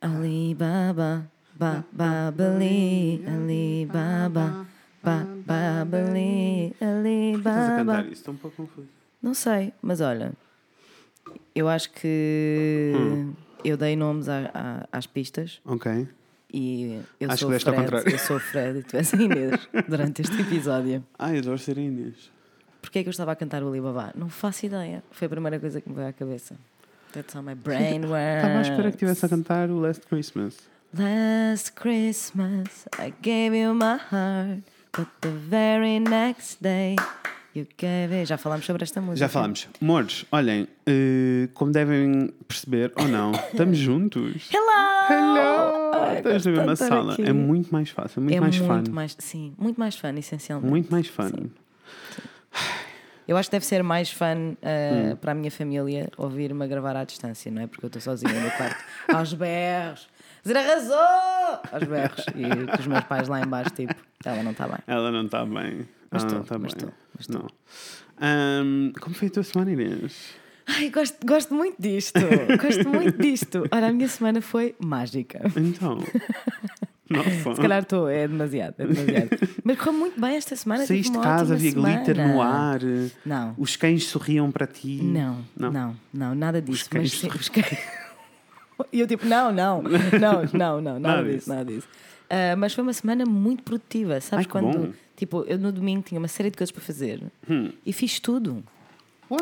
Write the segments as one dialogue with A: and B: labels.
A: Ali Baba, ba babali, Ali Baba, ba babali, Ali
B: Estás a
A: Baba.
B: cantar isso? Estou um pouco confuso.
A: Não sei, mas olha, eu acho que
B: Hum.
A: eu dei nomes à- à- às pistas
B: Ok.
A: e eu
B: Acho
A: sou
B: que
A: o
B: deste ao
A: Fred,
B: contrário.
A: eu sou o Fred e tu és a Inês durante este episódio.
B: Ai, Ah, adoro ser a Inês.
A: Porquê é que eu estava a cantar o Alibaba? Não faço ideia. Foi a primeira coisa que me veio à cabeça. That's how my brain works.
B: Estava à espera que estivesse a cantar o Last Christmas.
A: Last Christmas I gave you my heart, but the very next day you gave it. Já falámos sobre esta música.
B: Já falámos. Mores, olhem, eh, como devem perceber ou não, estamos juntos.
A: Hello!
B: Hello!
A: Ai,
B: estamos
A: gosto
B: na mesma
A: tanto de estar
B: sala.
A: aqui.
B: É muito mais fácil, muito
A: é
B: mais
A: muito
B: fun.
A: mais, sim, muito mais fun, essencialmente.
B: Muito mais fun.
A: Eu acho que deve ser mais fun
B: Hum.
A: uh, para a minha família ouvir-me a gravar à distância, não é? Porque eu estou sozinha no quarto, aos berros, dizer arrasou! Aos berros. E com os meus pais lá embaixo, tipo, ela não está bem.
B: Ela não está bem.
A: Mas
B: Ela
A: tô,
B: não está
A: mas
B: Ah, tá bem.
A: tô, mas
B: não. Ahm, como foi a tua semana, Inês?
A: Ai, gosto, gosto muito disto. gosto muito disto. Ora, a minha semana foi mágica.
B: Então. Nossa.
A: Se calhar estou, é demasiado, é demasiado. Mas correu muito bem esta semana. tive
B: Saíste de
A: tipo uma
B: casa,
A: ótima
B: havia glitter
A: semana.
B: no ar,
A: Não.
B: os cães sorriam para ti.
A: Não, não, não, nada disso. mas
B: cães
A: sim, os cães. E eu tipo, não, não, não, não, não, nada,
B: Nada
A: disso,
B: disso.
A: nada disso. Ah, mas foi uma semana muito produtiva, sabes?
B: Ai, que
A: quando,
B: bom. Hum.
A: tipo, eu no domingo tinha uma série de coisas para fazer e fiz tudo.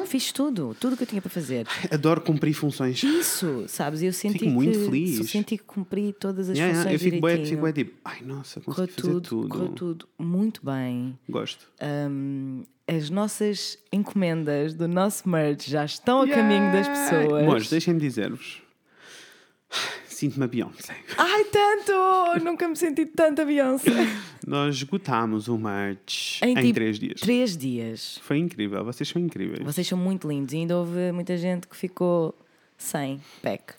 A: Fiz tudo, tudo o que eu tinha para fazer.
B: Adoro cumprir funções.
A: Isso, sabes? Eu senti
B: Fico muito
A: que,
B: feliz.
A: Senti que cumpri todas as
B: Yeah, yeah,
A: funções
B: eu fico bem,
A: direitinho.
B: fico bem tipo, ai nossa,
A: Correu
B: consegui fazer
A: tudo,
B: tudo.
A: correu tudo muito bem.
B: Gosto.
A: Hum, as nossas encomendas do nosso merch já estão a caminho das pessoas.
B: Mas deixem-me dizer-vos. Sinto-me a Beyoncé.
A: Ai, tanto! Nunca me senti tanto a Beyoncé.
B: Nós esgotámos o merch em,
A: tipo,
B: três dias.
A: Três dias.
B: Foi incrível, vocês são incríveis.
A: Vocês são muito lindos e ainda houve muita gente que ficou sem pack.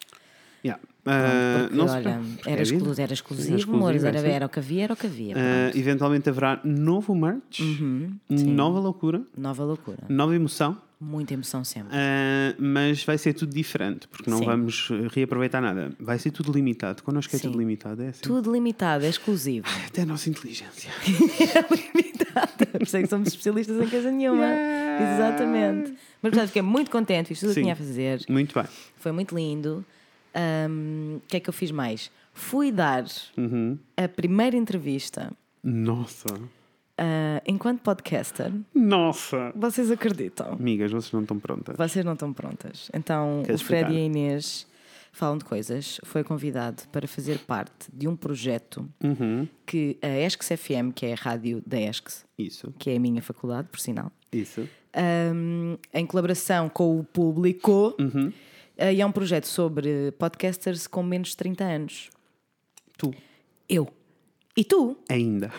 B: Yeah. Ah,
A: Porque,
B: não se
A: olha,
B: preocupe, porque
A: era,
B: é vida.
A: exclusivo, era exclusivo,
B: Era exclusivo,
A: amores,
B: é
A: era,
B: assim.
A: era o que havia, era o que havia.
B: Ah, eventualmente haverá novo merch,
A: Uhum,
B: nova loucura,
A: Nova loucura.
B: nova emoção.
A: Muita emoção sempre.
B: Ah, mas vai ser tudo diferente, porque não
A: Sim.
B: vamos eh, reaproveitar nada. Vai ser tudo limitado. Quando nós queremos
A: Sim.
B: tudo limitado, é assim.
A: Tudo limitado, é exclusivo.
B: Até a nossa inteligência.
A: limitada. Por isso é que somos especialistas em coisa nenhuma.
B: Yeah.
A: Exatamente. Mas, portanto, fiquei muito contente, fiz tudo o que
B: Sim.
A: tinha a fazer,
B: Muito bem.
A: foi muito lindo. Ahm, O que é que eu fiz mais? Fui dar
B: Uhum.
A: a primeira entrevista
B: Nossa.
A: ah, enquanto podcaster.
B: Nossa.
A: Vocês acreditam?
B: Amigas, vocês não estão prontas.
A: Vocês não estão prontas. Então,
B: Queres
A: o Fred
B: explicar?
A: e a Inês falam de coisas. Foi convidado para fazer parte de um projeto
B: Uhum.
A: que a ESCS FM, que é a rádio da ESCS,
B: Isso.
A: que é a minha faculdade, por sinal,
B: Isso.
A: um, em colaboração com o público.
B: Uhum.
A: Uh, e é um projeto sobre podcasters com menos de 30 anos.
B: Tu.
A: Eu. E tu?
B: Ainda.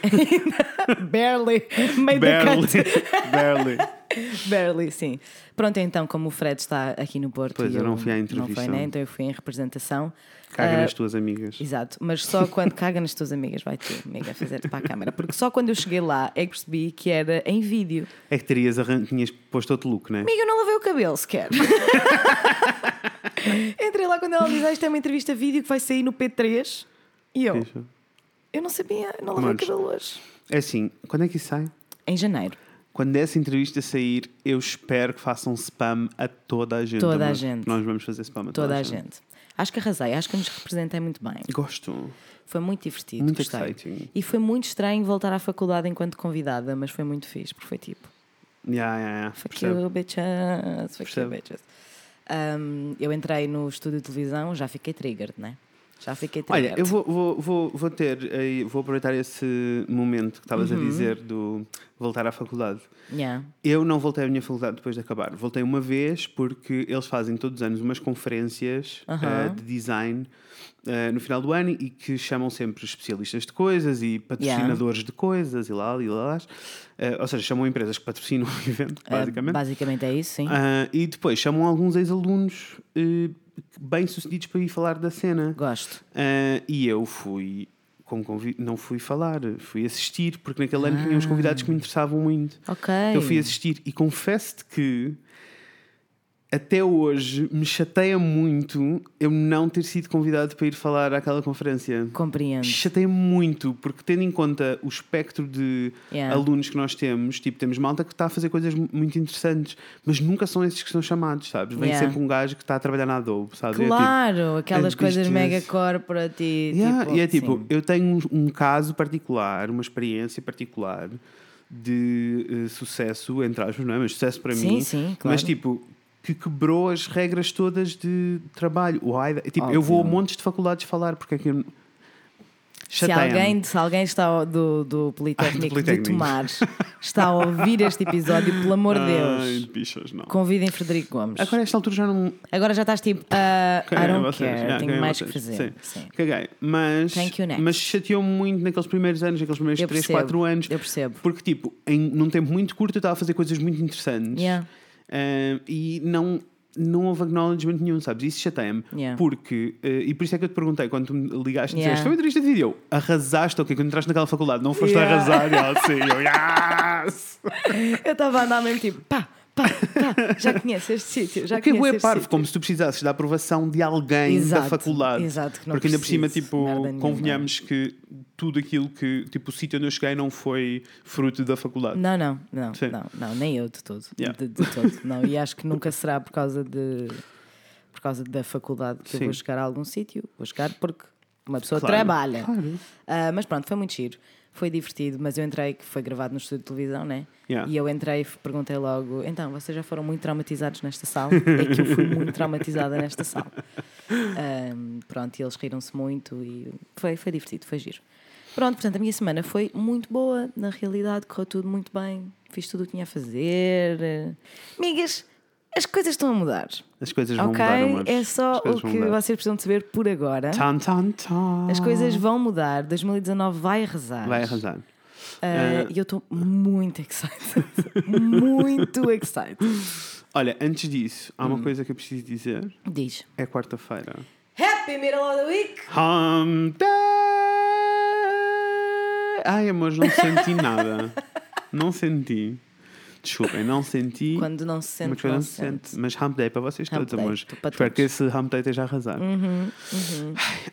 A: Barely. Meio da cut.
B: Barely.
A: Barely, sim. Pronto, então, como o Fred está aqui no Porto.
B: Pois,
A: e
B: eu não fui à entrevista.
A: Não foi, né? Então eu fui em representação.
B: Caga
A: Uh,
B: nas tuas amigas.
A: Exato, mas só quando caga nas tuas amigas vai ter, amiga, fazer-te para a câmara. Porque só quando eu cheguei lá é que percebi que era em vídeo.
B: É que terias arran... tinhas posto outro look, não é?
A: Amiga, eu não lavei o cabelo sequer. Entrei lá quando ela diz: ah, Isto é uma entrevista vídeo que vai sair no P3. E eu,
B: Isso.
A: eu não sabia, eu não lavei
B: Manos.
A: o cabelo hoje.
B: É assim, quando é que isso sai?
A: Em janeiro,
B: Quando essa entrevista sair, eu espero que façam spam a toda a gente.
A: Toda a
B: Nós-
A: gente.
B: Nós vamos fazer spam a toda,
A: toda a gente. Acho que arrasei, acho que nos representei muito bem.
B: Gosto.
A: Foi muito divertido,
B: Muito
A: gostei.
B: exciting.
A: E foi muito estranho voltar à faculdade enquanto convidada, mas foi muito fixe, porque foi tipo.
B: Yeah, yeah, yeah.
A: Fuck
B: Percebo.
A: you, bitches. Fuck you,
B: Percebo.
A: bitches. Um, eu entrei no estúdio de televisão, já fiquei triggered, né? Já fiquei triggered.
B: Olha, eu vou, vou, vou, vou ter, aí- vou aproveitar esse momento que estavas
A: Uhum.
B: a dizer do voltar à faculdade.
A: Yeah.
B: Eu não voltei à minha faculdade depois de acabar. Voltei uma vez porque eles fazem todos os anos umas conferências
A: Aham.
B: eh, de design eh, no final do ano e que chamam sempre especialistas de coisas e patrocinadores de coisas e lá, e lá. Eh, ou seja, chamam empresas que patrocinam o evento,
A: Uh,
B: basicamente.
A: basicamente é isso, sim.
B: Ah, e depois chamam alguns ex-alunos eh, bem-sucedidos para ir falar da cena.
A: Gosto.
B: Ah, e eu fui, como convi- não fui falar, fui assistir, porque naquele ano tinha uns
A: É
B: assim, convidados que me interessavam muito.
A: Ok.
B: Eu fui assistir e confesso-te que até hoje me chateia muito eu não ter sido convidado para ir falar àquela conferência.
A: Compreendo.
B: Chateia muito, porque tendo em conta o espectro de
A: Yeah.
B: alunos que nós temos, tipo, temos malta que está a fazer coisas mu- muito interessantes, mas nunca são esses que são chamados, sabes? Vem
A: Yeah.
B: sempre um gajo que está a trabalhar na Adobe, sabes? E é tipo,
A: Claro, aquelas
B: é
A: coisas
B: business.
A: mega corporate e
B: Yeah,
A: tipo.
B: e é tipo,
A: sim.
B: eu tenho um, um caso particular, uma experiência particular de eh, sucesso, entre aspas, não é? Mas sucesso para
A: Sim,
B: mim.
A: sim,
B: Mas
A: claro.
B: tipo, que quebrou as regras todas de trabalho. O AIDA- tipo,
A: Óbvio.
B: eu vou a montes de faculdades falar porque é que eu.
A: se
B: Chateia-me.
A: alguém, se alguém está ao- do, do Politécnico,
B: Politécnico.
A: de Tomares está a ouvir este episódio, pelo amor de
B: Ai,
A: Deus,
B: bichas, não.
A: convidem Frederico Gomes.
B: Agora, a esta altura, já não.
A: Agora já estás tipo, ah, I
B: Caguei em
A: don't
B: vocês,
A: care,
B: yeah, caguei
A: tenho
B: em
A: mais que
B: vocês.
A: fazer.
B: Sim.
A: Sim.
B: Caguei. Mas,
A: Thank you, next.
B: mas chateou-me muito naqueles primeiros anos, naqueles primeiros
A: Eu
B: 3,
A: percebo,
B: 4 anos.
A: eu percebo.
B: Porque, tipo, em, num tempo muito curto eu estava a fazer coisas muito interessantes.
A: Yeah.
B: Ah, e não, não houve acknowledgement nenhum, sabes? Isso chateia-me.
A: Yeah.
B: Porque, ah, e por isso é que eu te perguntei quando tu me ligaste e
A: Yeah.
B: disseste: Foi uma entrevista de vídeo. Arrasaste, ok? Quando entraste naquela faculdade, não foste
A: Yeah.
B: a arrasar. E ela, sim, eu, yes!
A: Eu estava a andar mesmo tipo, pá, pá, pá, já conheço este sítio, já
B: o que é
A: conheço
B: bué
A: este
B: parvo,
A: sítio.
B: como se tu precisasses da aprovação de alguém da
A: Exato,
B: faculdade.
A: exato, que não
B: Porque ainda por cima,
A: preciso,
B: tipo,
A: merda nenhuma.
B: convenhamos que tudo aquilo que, tipo, o sítio onde eu cheguei não foi fruto da faculdade.
A: Não, não, não,
B: Sim.
A: não, não, nem eu de todo.
B: Yeah.
A: De, de todo. Não, e acho que nunca será por causa de por causa da faculdade que eu
B: Sim.
A: vou chegar a algum sítio. Vou chegar porque uma pessoa
B: Claro,
A: trabalha.
B: claro.
A: Ah, mas pronto, foi muito giro. Foi divertido, mas eu entrei, que foi gravado no estúdio de televisão, né?
B: Yeah.
A: E eu entrei e perguntei logo: então, vocês já foram muito traumatizados nesta sala? É que eu fui muito traumatizada nesta sala. Ahm, pronto, e eles riram-se muito e foi, foi divertido, foi giro. Pronto, portanto, a minha semana foi muito boa, na realidade, correu tudo muito bem, fiz tudo o que tinha a fazer. Amigas, as coisas estão a mudar.
B: As coisas vão
A: Ok?
B: mudar, amores.
A: É só
B: As
A: o
B: coisas
A: que
B: vão mudar.
A: vocês precisam de saber por agora.
B: Tan, tan, tan.
A: As coisas vão mudar, 2019 vai arrasar.
B: Vai arrasar. Eh,
A: Ah, E eu estou muito excited. muito excited.
B: Olha, antes disso, há uma coisa que eu preciso dizer.
A: Diz.
B: É quarta-feira.
A: Happy Middle of the Week!
B: Hum, day! Ai, amor, não senti nada. não senti. Desculpem, não senti.
A: Quando não se sente,
B: Mas
A: não
B: não
A: se sente.
B: Mas hump day é para vocês
A: Hump
B: todos,
A: day,
B: amores.
A: tu- para Uhum,
B: Espero que esse hump day esteja a arrasar.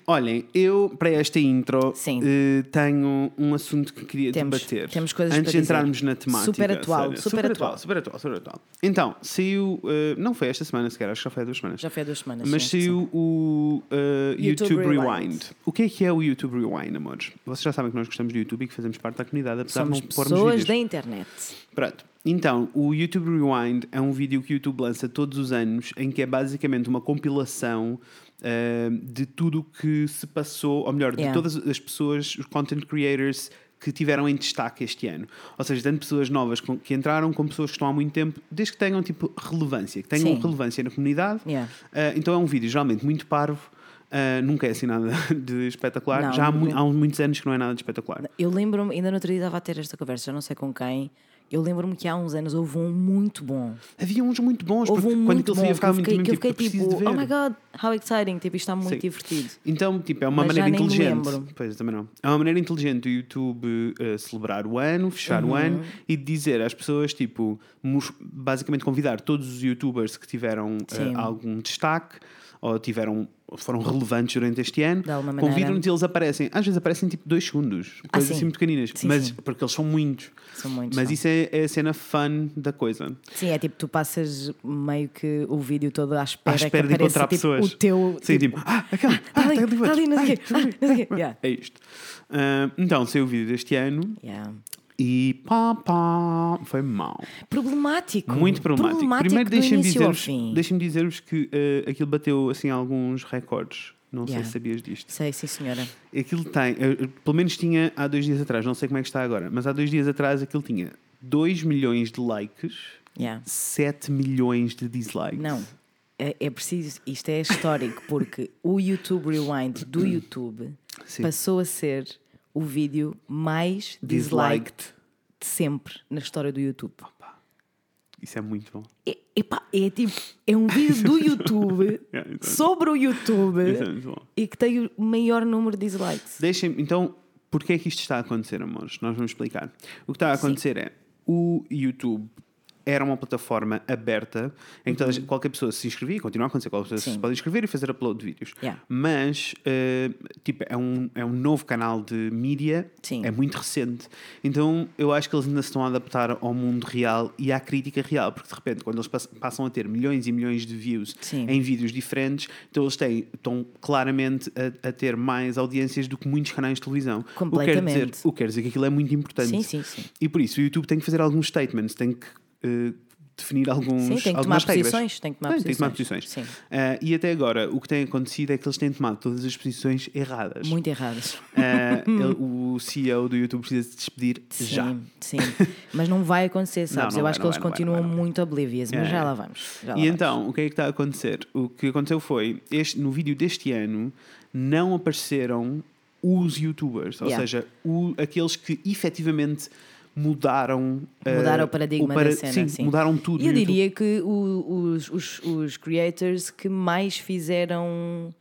B: Olhem, eu para esta intro
A: Sim.
B: eh, tenho um assunto que queria
A: Temos-
B: debater.
A: temos coisas
B: Antes
A: para
B: de
A: dizer.
B: entrarmos na temática.
A: Super atual,
B: séria.
A: super atual.
B: super atual, super atual. Então, saiu. eh, não foi esta semana sequer, acho que já foi há duas semanas.
A: Já foi há duas semanas. né?
B: Mas
A: sim.
B: saiu o eh,
A: YouTube
B: YouTube, Rewind.
A: Rewind.
B: O que é que é o YouTube Rewind, amores? Vocês já sabem que nós gostamos do YouTube e que fazemos parte da comunidade, apesar
A: Somos
B: de não pormos
A: pessoas
B: vídeos.
A: da internet.
B: Pronto. Então, o YouTube Rewind é um vídeo que o YouTube lança todos os anos, em que é basicamente uma compilação ah, de tudo o que se passou, ou melhor, de
A: Yeah.
B: todas as pessoas, os content creators que tiveram em destaque este ano. Ou seja, tanto pessoas novas com- que entraram, como pessoas que estão há muito tempo, desde que tenham tipo relevância, que tenham
A: Sim.
B: relevância na comunidade.
A: Yeah.
B: Ah, então é um vídeo geralmente muito parvo. ah, nunca é assim nada de espetacular.
A: Não,
B: Já há, mu-
A: não.
B: há uns muitos anos que não é nada de espetacular.
A: Eu lembro-me, ainda no outro dia estava a ter esta conversa, já não sei com quem. Eu lembro-me que há uns anos houve um muito bom.
B: Havia uns muito bons,
A: Houve
B: porque
A: um
B: quando
A: muito
B: aquilo
A: bom.
B: saía
A: que eu
B: ficava muito
A: fiquei,
B: mesmo
A: que eu
B: tipo,
A: fiquei
B: preciso
A: tipo,
B: de ver.
A: oh my god, how exciting! Tipo, isto está muito
B: Sim.
A: divertido.
B: Então, tipo, é uma
A: Mas já
B: maneira
A: nem me
B: inteligente.
A: lembro.
B: Pois, eu também não. É uma maneira inteligente do YouTube eh, celebrar o ano, fechar
A: Uhum.
B: o ano e dizer às pessoas, tipo, mos- basicamente convidar todos os YouTubers que tiveram eh,
A: Sim.
B: algum destaque ou tiveram foram relevantes durante este ano.
A: De alguma maneira. Ah,
B: Convidam-nos e eles aparecem. Às vezes aparecem tipo dois segundos, coisas
A: sim.
B: assim muito pequeninas,
A: Sim,
B: mas
A: sim.
B: porque eles são muitos.
A: São muitos,
B: mas
A: são.
B: isso é, é a cena fun da coisa.
A: Sim, é tipo, tu passas meio que o vídeo todo à espera,
B: À espera
A: que
B: de
A: apareça,
B: encontrar
A: tipo,
B: pessoas.
A: o teu.
B: Sim, tipo, ah, aquela, ah,
A: tá ali,
B: tá ali
A: tá ali, não sei o quê,
B: outro. Ai,
A: ah, não sei o quê." Yeah.
B: É isto. Ah, então, saiu o vídeo deste ano
A: Yeah.
B: e pá, pá, foi mau.
A: Problemático.
B: Muito problemático.
A: do
B: Primeiro, deixem-me
A: início ao
B: dizer-vos
A: fim.
B: deixem dizer que ah, aquilo bateu assim alguns recordes. Não sei
A: Yeah.
B: se sabias disto.
A: Sei, sim, senhora.
B: Aquilo tem, eu- eu- pelo menos tinha há dois dias atrás, não sei como é que está agora, mas há dois dias atrás aquilo tinha 2 milhões de likes,
A: Yeah.
B: 7 milhões de dislikes.
A: Não. É, é preciso, isto é histórico, porque o YouTube Rewind do YouTube
B: Sim.
A: passou a ser o vídeo mais disliked
B: disliked.
A: de sempre na história do YouTube.
B: Isso é muito bom.
A: É, epá, é tipo, é um vídeo do YouTube
B: Yeah, então-
A: sobre o
B: Isso é
A: YouTube
B: muito bom.
A: e que tem o maior número de dislikes.
B: Deixem-me, então, porque é que isto está a acontecer, amores? Nós vamos explicar. O que está a acontecer é o YouTube era uma plataforma aberta em que toda a gente- qualquer pessoa se inscrevia, e continua a acontecer, qualquer pessoa se
A: Uhum. Sim.
B: pode inscrever e fazer upload de vídeos.
A: Yeah.
B: Mas, eh, tipo, é um, é um novo canal de mídia,
A: Sim.
B: é muito recente. Então, eu acho que eles ainda se estão a adaptar ao mundo real e à crítica real, porque de repente, quando eles pass- passam a ter milhões e milhões de views
A: Sim.
B: em vídeos diferentes, então eles têm, estão claramente a, a ter mais audiências do que muitos canais de televisão. O que quer dizer,
A: Completamente.
B: o que quer dizer que aquilo é muito importante.
A: Sim, sim, sim.
B: E por isso o YouTube tem que fazer alguns statements, tem que eh, definir alguns.
A: Sim, tem que
B: algumas
A: tomar
B: regras.
A: posições, tem que tomar
B: Tem que tomar
A: posições.
B: posições. Eh, e até agora o que tem acontecido é que eles têm tomado todas as posições erradas.
A: Muito errados.
B: Eh, ele- o CEO do YouTube precisa se despedir
A: Sim,
B: já.
A: sim. Mas não vai acontecer, sabes?
B: não
A: Eu
B: vai,
A: acho que
B: não
A: eles
B: vai, não vai,
A: continuam
B: não vai,
A: muito oblivious, mas
B: É.
A: já lá vamos. já lá
B: E
A: vamos.
B: então, o que é que está a acontecer? O que aconteceu foi, este, no vídeo deste ano, não apareceram os youtubers, ou
A: Yeah.
B: seja, o- aqueles que efetivamente mudaram, eh,
A: Mudaram o paradigma da cena,
B: Sim,
A: sim.
B: mudaram tudo.
A: E eu
B: no YouTube.
A: diria que o- os, os, os creators que mais fizeram.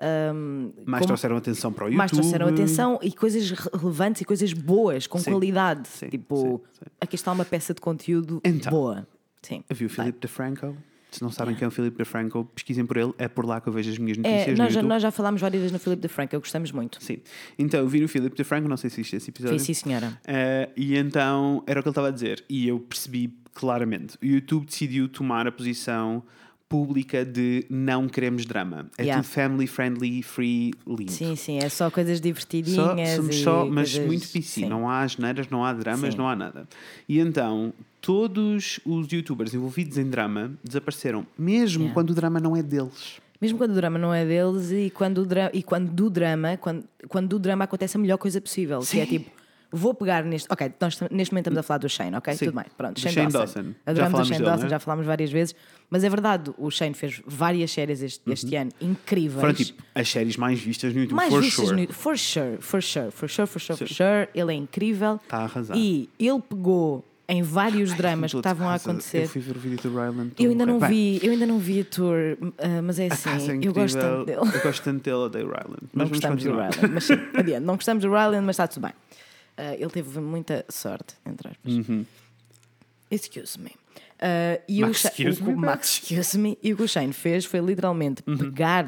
A: ahm,
B: mais
A: como-
B: trouxeram atenção para o YouTube.
A: mais trouxeram atenção e coisas re- relevantes e coisas boas, com
B: Sim,
A: qualidade.
B: sim,
A: tipo,
B: sim, sim.
A: aqui está uma peça de conteúdo
B: Então.
A: boa. Sim.
B: Eu vi o Filipe DeFranco. Se não sabem quem é o Filipe DeFranco, pesquisem por ele. É por lá que eu vejo as minhas
A: É,
B: notícias no
A: nós, já,
B: YouTube.
A: nós já falámos várias vezes no Filipe de Franca, gostamos muito.
B: Sim. Então, eu vi no Filipe DeFranco, não sei se existe esse episódio.
A: Sim, sim, senhora.
B: Eh, e então, era o que ele estava a dizer. E eu percebi claramente. O YouTube decidiu tomar a posição pública de não queremos drama. É
A: Yeah.
B: tudo family friendly, free, lindo.
A: Sim, sim, é só coisas
B: Só,
A: divertidinhas.
B: somos
A: e
B: só, mas
A: coisas-
B: muito PC.
A: sim.
B: Não há asneiras, não há dramas,
A: Sim.
B: não há nada. E então, todos os youtubers envolvidos em drama desapareceram, mesmo
A: Yeah.
B: quando o drama não é deles.
A: Mesmo quando o drama não é deles e quando, o dra- e quando do drama, quando, quando do drama acontece a melhor coisa possível, que é
B: Sim.
A: tipo, vou pegar neste. Ok, nós tam- neste momento estamos a falar do Shane, ok?
B: Sim.
A: Tudo bem, pronto.
B: Do
A: Shane,
B: Shane
A: Dawson.
B: Dawson. Já
A: Adoramos o
B: falámos
A: Shane
B: dele,
A: Dawson,
B: não é?
A: já falámos várias vezes, mas é verdade, o Shane fez várias séries este, este ano incríveis.
B: Uhum. Foram tipo as séries mais vistas no YouTube,
A: mais
B: for
A: vistas
B: sure.
A: no for sure, for sure, for sure, for sure, for sure. Ele é incrível.
B: Está Tá a arrasar.
A: E ele pegou em vários dramas que
B: Tudo.
A: estavam a
B: Arrasa.
A: acontecer.
B: Eu fui ver o vídeo do Ryland.
A: Eu ainda, não
B: Bem,
A: vi, eu ainda não vi a tour, ah, mas é assim,
B: arrasa, é
A: eu gosto
B: incrível.
A: tanto dele.
B: Eu gosto tanto dele, odeio o Ryland. Mas
A: Não
B: vamos
A: gostamos do
B: continuar.
A: Ryland, mas sim, adiante. Não gostamos do Ryland, mas está tudo bem. Ah, ele teve muita sorte, entre aspas. Excuse me. Ah, e
B: Uhum. Max, Uhum.
A: o, Sha-
B: excuse
A: o,
B: me,
A: o Max, excuse me. E o que o Shane fez foi literalmente pegar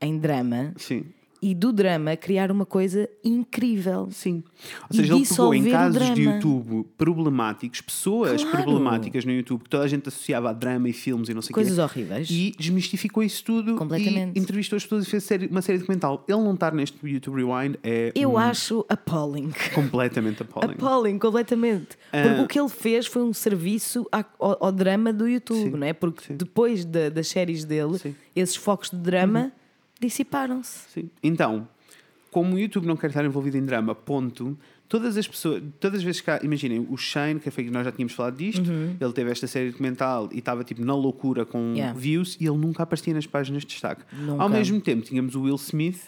A: em drama
B: Sim.
A: e do drama criar uma coisa incrível.
B: Sim. Ou
A: E
B: seja, ele pegou em
A: dissolver o
B: casos
A: drama.
B: de YouTube problemáticos, pessoas
A: Claro.
B: problemáticas no YouTube que toda a gente associava a drama e filmes e não sei o quê.
A: Coisas horríveis.
B: é. E desmistificou isso tudo.
A: Completamente.
B: E entrevistou as pessoas e fez série- uma série documental. Ele não estar neste YouTube Rewind é
A: Eu acho appalling.
B: completamente appalling. Ah.
A: Appalling, completamente. Porque o que ele fez foi um serviço à- ao, ao drama do YouTube,
B: Sim,
A: não é? Porque
B: sim.
A: depois da- das séries dele,
B: Sim. Uhum.
A: esses focos de drama dissiparam-se.
B: Sim. Então, como o YouTube não quer estar envolvido em drama, ponto. Todas as pessoas, todas as vezes que há, imaginem, o Shane, que foi que nós já tínhamos falado disto,
A: Uhum.
B: ele teve esta série documental e estava tipo na loucura com
A: Yeah.
B: views e ele nunca aparecia nas páginas de destaque.
A: Nunca.
B: Ao mesmo tempo, tínhamos o Will Smith,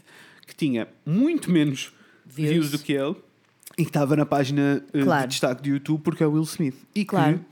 B: que tinha muito menos
A: Views.
B: views, do que ele e que estava na página eh,
A: Claro.
B: de destaque do YouTube porque é o Will Smith. E
A: Claro.
B: que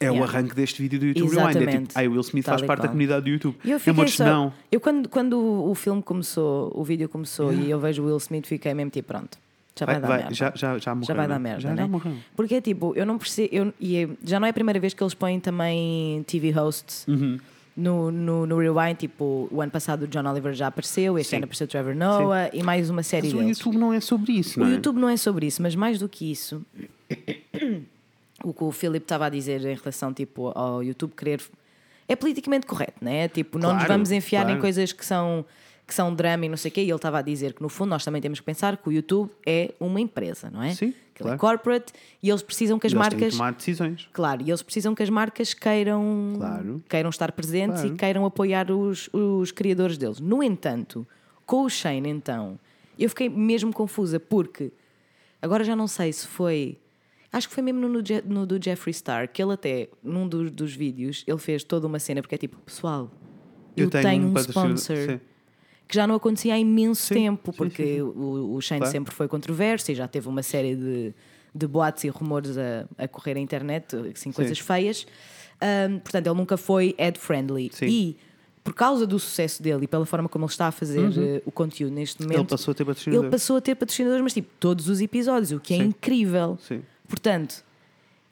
B: é o
A: Yeah.
B: arranque deste vídeo do YouTube Rewind. É
A: Exatamente.
B: tipo, ai, Will Smith
A: Tal
B: faz
A: e
B: parte da
A: qual.
B: comunidade do YouTube.
A: E eu
B: é
A: fiquei só.
B: não.
A: Eu, quando, quando o- o filme começou, o vídeo começou e eu vejo o Will Smith, fiquei mesmo tipo, pronto, já vai,
B: Vai-
A: dar
B: vai-
A: merda.
B: já, já, já morreu.
A: já vai
B: né?
A: dar merda,
B: Já,
A: né?
B: já morreu.
A: Porque é tipo, eu não percebo. Eu, e é- já não é a primeira vez que eles põem também TV hosts
B: Uhum.
A: no, no, no Rewind. Tipo, o ano passado o John Oliver já apareceu, este
B: Sim.
A: ano apareceu o Trevor Noah e mais uma série
B: Mas o
A: deles.
B: YouTube não é sobre isso,
A: O
B: não é?
A: YouTube não é sobre isso, mas mais do que isso, o que o Filipe estava a dizer em relação tipo, ao YouTube querer. É politicamente correto, não é? Tipo, não nos
B: Claro,
A: vamos enfiar em
B: claro.
A: coisas que são, que são drama e não sei o quê. E ele estava a dizer que, no fundo, nós também temos que pensar que o YouTube é uma empresa, não é?
B: Sim,
A: Que ele é
B: claro.
A: corporate e eles precisam que as
B: Eles têm
A: marcas.
B: que tomar decisões.
A: Claro, e eles precisam que as marcas queiram,
B: Claro.
A: queiram estar presentes
B: Claro.
A: e queiram apoiar os, os criadores deles. No entanto, com o Shane, então, eu fiquei mesmo confusa porque agora já não sei se foi. Acho que foi mesmo no, no Je- no do Jeffree Star que ele até, num dos, dos vídeos, ele fez toda uma cena porque é tipo, pessoal, eu, tenho, um
B: patrocinador-
A: sponsor
B: Sim.
A: que já não acontecia há imenso
B: Sim,
A: tempo,
B: sim,
A: porque
B: sim, sim.
A: O, o Shane
B: Claro.
A: sempre foi controverso e já teve uma série de, de boatos e rumores a, a correr à internet, assim, coisas feias. Ahm, portanto, ele nunca foi ad-friendly.
B: Sim.
A: E por causa do sucesso dele e pela forma como ele está a fazer eh, o conteúdo neste momento,
B: Uhum. Ele passou a ter patrocinador.
A: ele passou a ter patrocinadores, mas tipo, todos os episódios, o que é
B: Sim.
A: incrível.
B: Sim.
A: Portanto,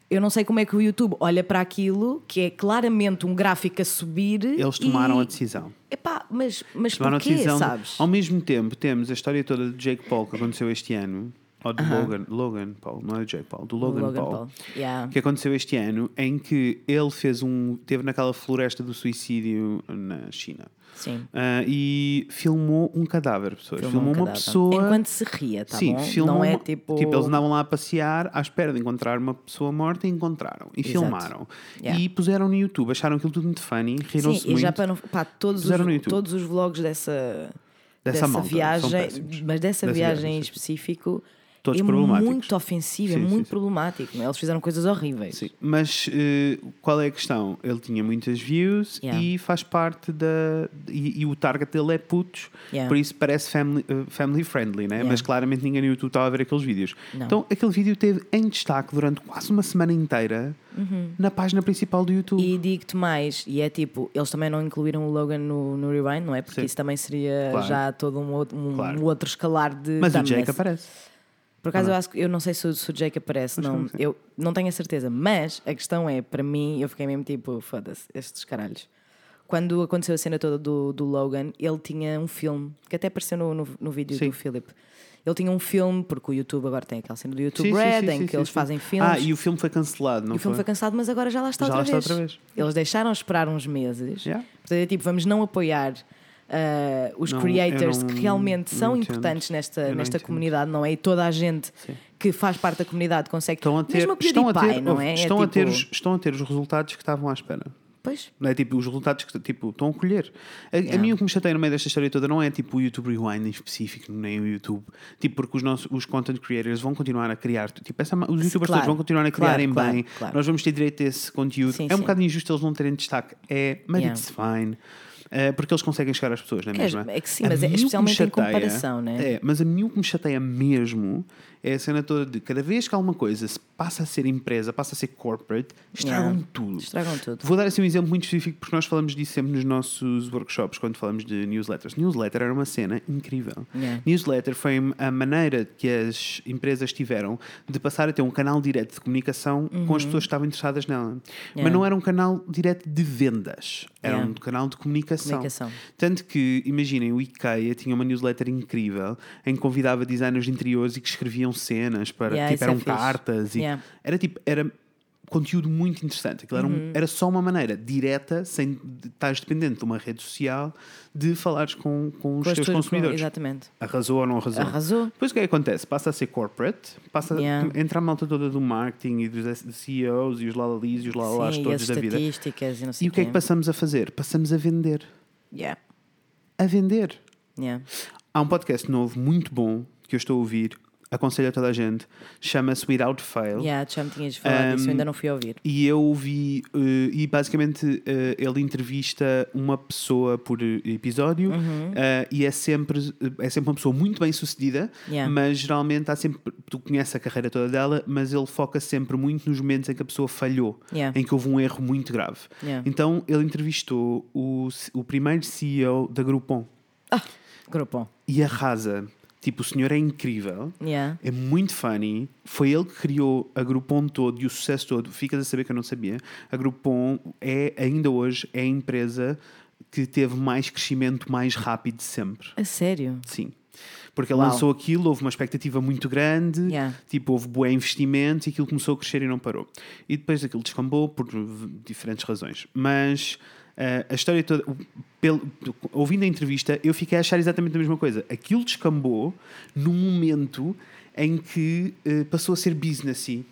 A: Eu não sei como é que o YouTube olha para aquilo, que é claramente um gráfico a subir.
B: Eles tomaram a decisão.
A: Epá, mas, mas
B: Tomaram a um
A: porquê,
B: decisão. de-
A: sabes?
B: Ao mesmo tempo, temos a história toda do Jake Paul que aconteceu este ano, ou do Logan, Logan Paul, não é do Jake Paul, do Logan,
A: Um Logan
B: Paul,
A: Paul, yeah.
B: que aconteceu este ano, em que ele fez um. teve naquela floresta do suicídio na China.
A: Sim.
B: Ah, e filmou um cadáver, pessoas. Filmou,
A: um
B: uma
A: cadáver.
B: pessoa.
A: Enquanto se ria, tá
B: Sim,
A: bom?
B: filmam.
A: Não é
B: uma-
A: tipo.
B: eles andavam lá a passear à espera de encontrar uma pessoa morta e encontraram. E filmaram.
A: Yeah.
B: E puseram no YouTube, acharam aquilo tudo muito funny, riram-se
A: Sim, e
B: muito.
A: já para não. Pá, todos, os,
B: Puseram no YouTube.
A: todos os vlogs dessa.
B: Dessa malta, são
A: viagem,
B: péssimos.
A: mas dessa,
B: Dessa
A: viagem,
B: viagem,
A: em
B: sim.
A: específico,
B: Todos
A: é
B: problemáticos.
A: muito ofensivo, é
B: Sim, sim,
A: muito
B: sim.
A: problemático. não é? Eles fizeram coisas horríveis.
B: Sim, mas eh, qual é a questão? Ele tinha muitas views
A: Yeah.
B: e faz parte da. E, e o target dele é putos,
A: Yeah.
B: por isso parece family, eh, family friendly, né?
A: Yeah.
B: Mas claramente ninguém no YouTube estava a ver aqueles vídeos.
A: Não.
B: Então aquele vídeo teve em destaque durante quase uma semana inteira
A: Uhum.
B: na página principal do YouTube.
A: E digo-te mais, e é tipo, eles também não incluíram o Logan no, no Rewind, não é? Porque
B: Sim.
A: isso também seria
B: Claro.
A: já todo um outro, um
B: Claro.
A: outro escalar de.
B: Mas o
A: dumbness.
B: Jake aparece.
A: Por acaso eu acho que eu não sei se, o- se o Jake aparece,
B: como
A: não,
B: sim.
A: eu não tenho a certeza, mas a questão é, para mim, eu fiquei mesmo tipo, foda-se, estes caralhos. Quando aconteceu a cena toda do, do Logan, ele tinha um filme, que até apareceu no, no, no vídeo
B: Sim.
A: do Philip. Ele tinha um filme, porque o YouTube agora tem aquela cena do YouTube
B: Sim, sim,
A: Red,
B: sim,
A: em
B: sim,
A: que
B: sim,
A: eles
B: sim.
A: fazem filmes.
B: Ah, e o filme foi cancelado, não
A: E o filme foi cancelado, mas agora já lá está,
B: Já
A: outra,
B: lá está
A: vez.
B: outra vez.
A: Eles deixaram esperar uns meses.
B: Yeah.
A: Portanto, é tipo, vamos não apoiar ah, os
B: Não, eu
A: creators
B: não-
A: que realmente
B: não
A: são
B: entendo.
A: importantes
B: Eu
A: nesta,
B: não
A: nesta
B: entendo.
A: comunidade, não é? E toda a gente que faz parte da comunidade consegue.
B: Estão a ter,
A: Mesmo
B: estão a
A: PewDiePie,
B: ter,
A: não é? É
B: estão, a ter
A: tipo,
B: os, estão a ter os resultados que estavam à espera.
A: Pois,
B: Não é tipo os resultados que tipo, estão a colher. A, a mim o que me chateia no meio desta história toda não é tipo o YouTube Rewind em específico, nem o YouTube. Tipo, porque os nossos os content creators vão continuar a criar. Tipo, essa, ma- os youtubers
A: claro,
B: todos vão continuar a
A: claro,
B: criarem
A: claro,
B: bem.
A: claro.
B: Nós vamos ter direito a esse conteúdo.
A: Sim,
B: é um
A: sim.
B: bocado injusto eles não terem destaque. É, mas
A: Yeah.
B: it's fine. Eh, porque eles conseguem chegar às pessoas, não é
A: É,
B: mesmo?
A: é que sim,
B: A
A: mas é
B: mim o que me
A: especialmente em comparação, né?
B: É, mas a mim o que me chateia mesmo é a cena toda de cada vez que alguma coisa se passa a ser empresa, passa a ser corporate, estragam
A: Yeah.
B: tudo.
A: estragam tudo.
B: Vou dar assim um exemplo muito específico porque nós falamos disso sempre nos nossos workshops quando falamos de newsletters. Newsletter era uma cena incrível.
A: Yeah.
B: Newsletter foi a maneira que as empresas tiveram de passar a ter um canal direto de comunicação com as pessoas que estavam interessadas nela. Mas
A: Uhum. Yeah.
B: não era um canal direto de vendas, era
A: Yeah.
B: um canal de comunicação.
A: Comunicação.
B: Tanto que, imaginem, o IKEA tinha uma newsletter incrível em que convidava designers de interiores e que escreviam cenas para
A: Yeah,
B: tipo,
A: isso é
B: eram
A: fixe.
B: cartas e
A: Yeah.
B: era tipo, era conteúdo muito interessante. Aquilo era, um-
A: Uhum.
B: era só uma maneira direta, sem de- estares dependente de uma rede social, de falares com, com os
A: Com as
B: teus
A: pessoas-
B: consumidores.
A: Exatamente.
B: Arrasou ou não arrasou?
A: Arrasou.
B: Depois o que é que acontece? Passa a ser corporate, passa
A: Yeah.
B: a entrar a malta toda do marketing e dos S- dos CEOs e os lalalis e os lalalás
A: Sim, e as
B: todos da vida.
A: estatísticas e não sei
B: E o que é que passamos a fazer? Passamos a vender.
A: Yeah.
B: A vender.
A: Yeah.
B: Há um podcast novo muito bom que eu estou a ouvir, aconselho a toda a gente, chama-se Without Fail.
A: Yeah, já me tinhas falado disso, eu ainda não fui ouvir.
B: E eu ouvi, eh, e basicamente eh, ele entrevista uma pessoa por episódio,
A: Uhum.
B: eh, e é sempre, é sempre uma pessoa muito bem sucedida,
A: Yeah.
B: mas geralmente há sempre, tu conheces a carreira toda dela, mas ele foca sempre muito nos momentos em que a pessoa falhou,
A: Yeah.
B: em que houve um erro muito grave.
A: Yeah.
B: Então ele entrevistou o, o primeiro CEO da Groupon
A: Grupão.
B: e arrasa. Tipo, o senhor é incrível.
A: Yeah.
B: É muito funny. Foi ele que criou a Groupon todo e o sucesso todo. Ficas a saber que eu não sabia. A Groupon é, ainda hoje, é a empresa que teve mais crescimento mais rápido sempre.
A: A sério?
B: Sim. Porque ele
A: Uau.
B: lançou aquilo, houve uma expectativa muito grande,
A: Yeah.
B: tipo, houve bom investimento e aquilo começou a crescer e não parou. E depois aquilo descambou por v- diferentes razões. Mas eh, a história toda, o- pelo- ouvindo a entrevista, eu fiquei a achar exatamente a mesma coisa. Aquilo descambou num momento em que eh, passou a ser businessy.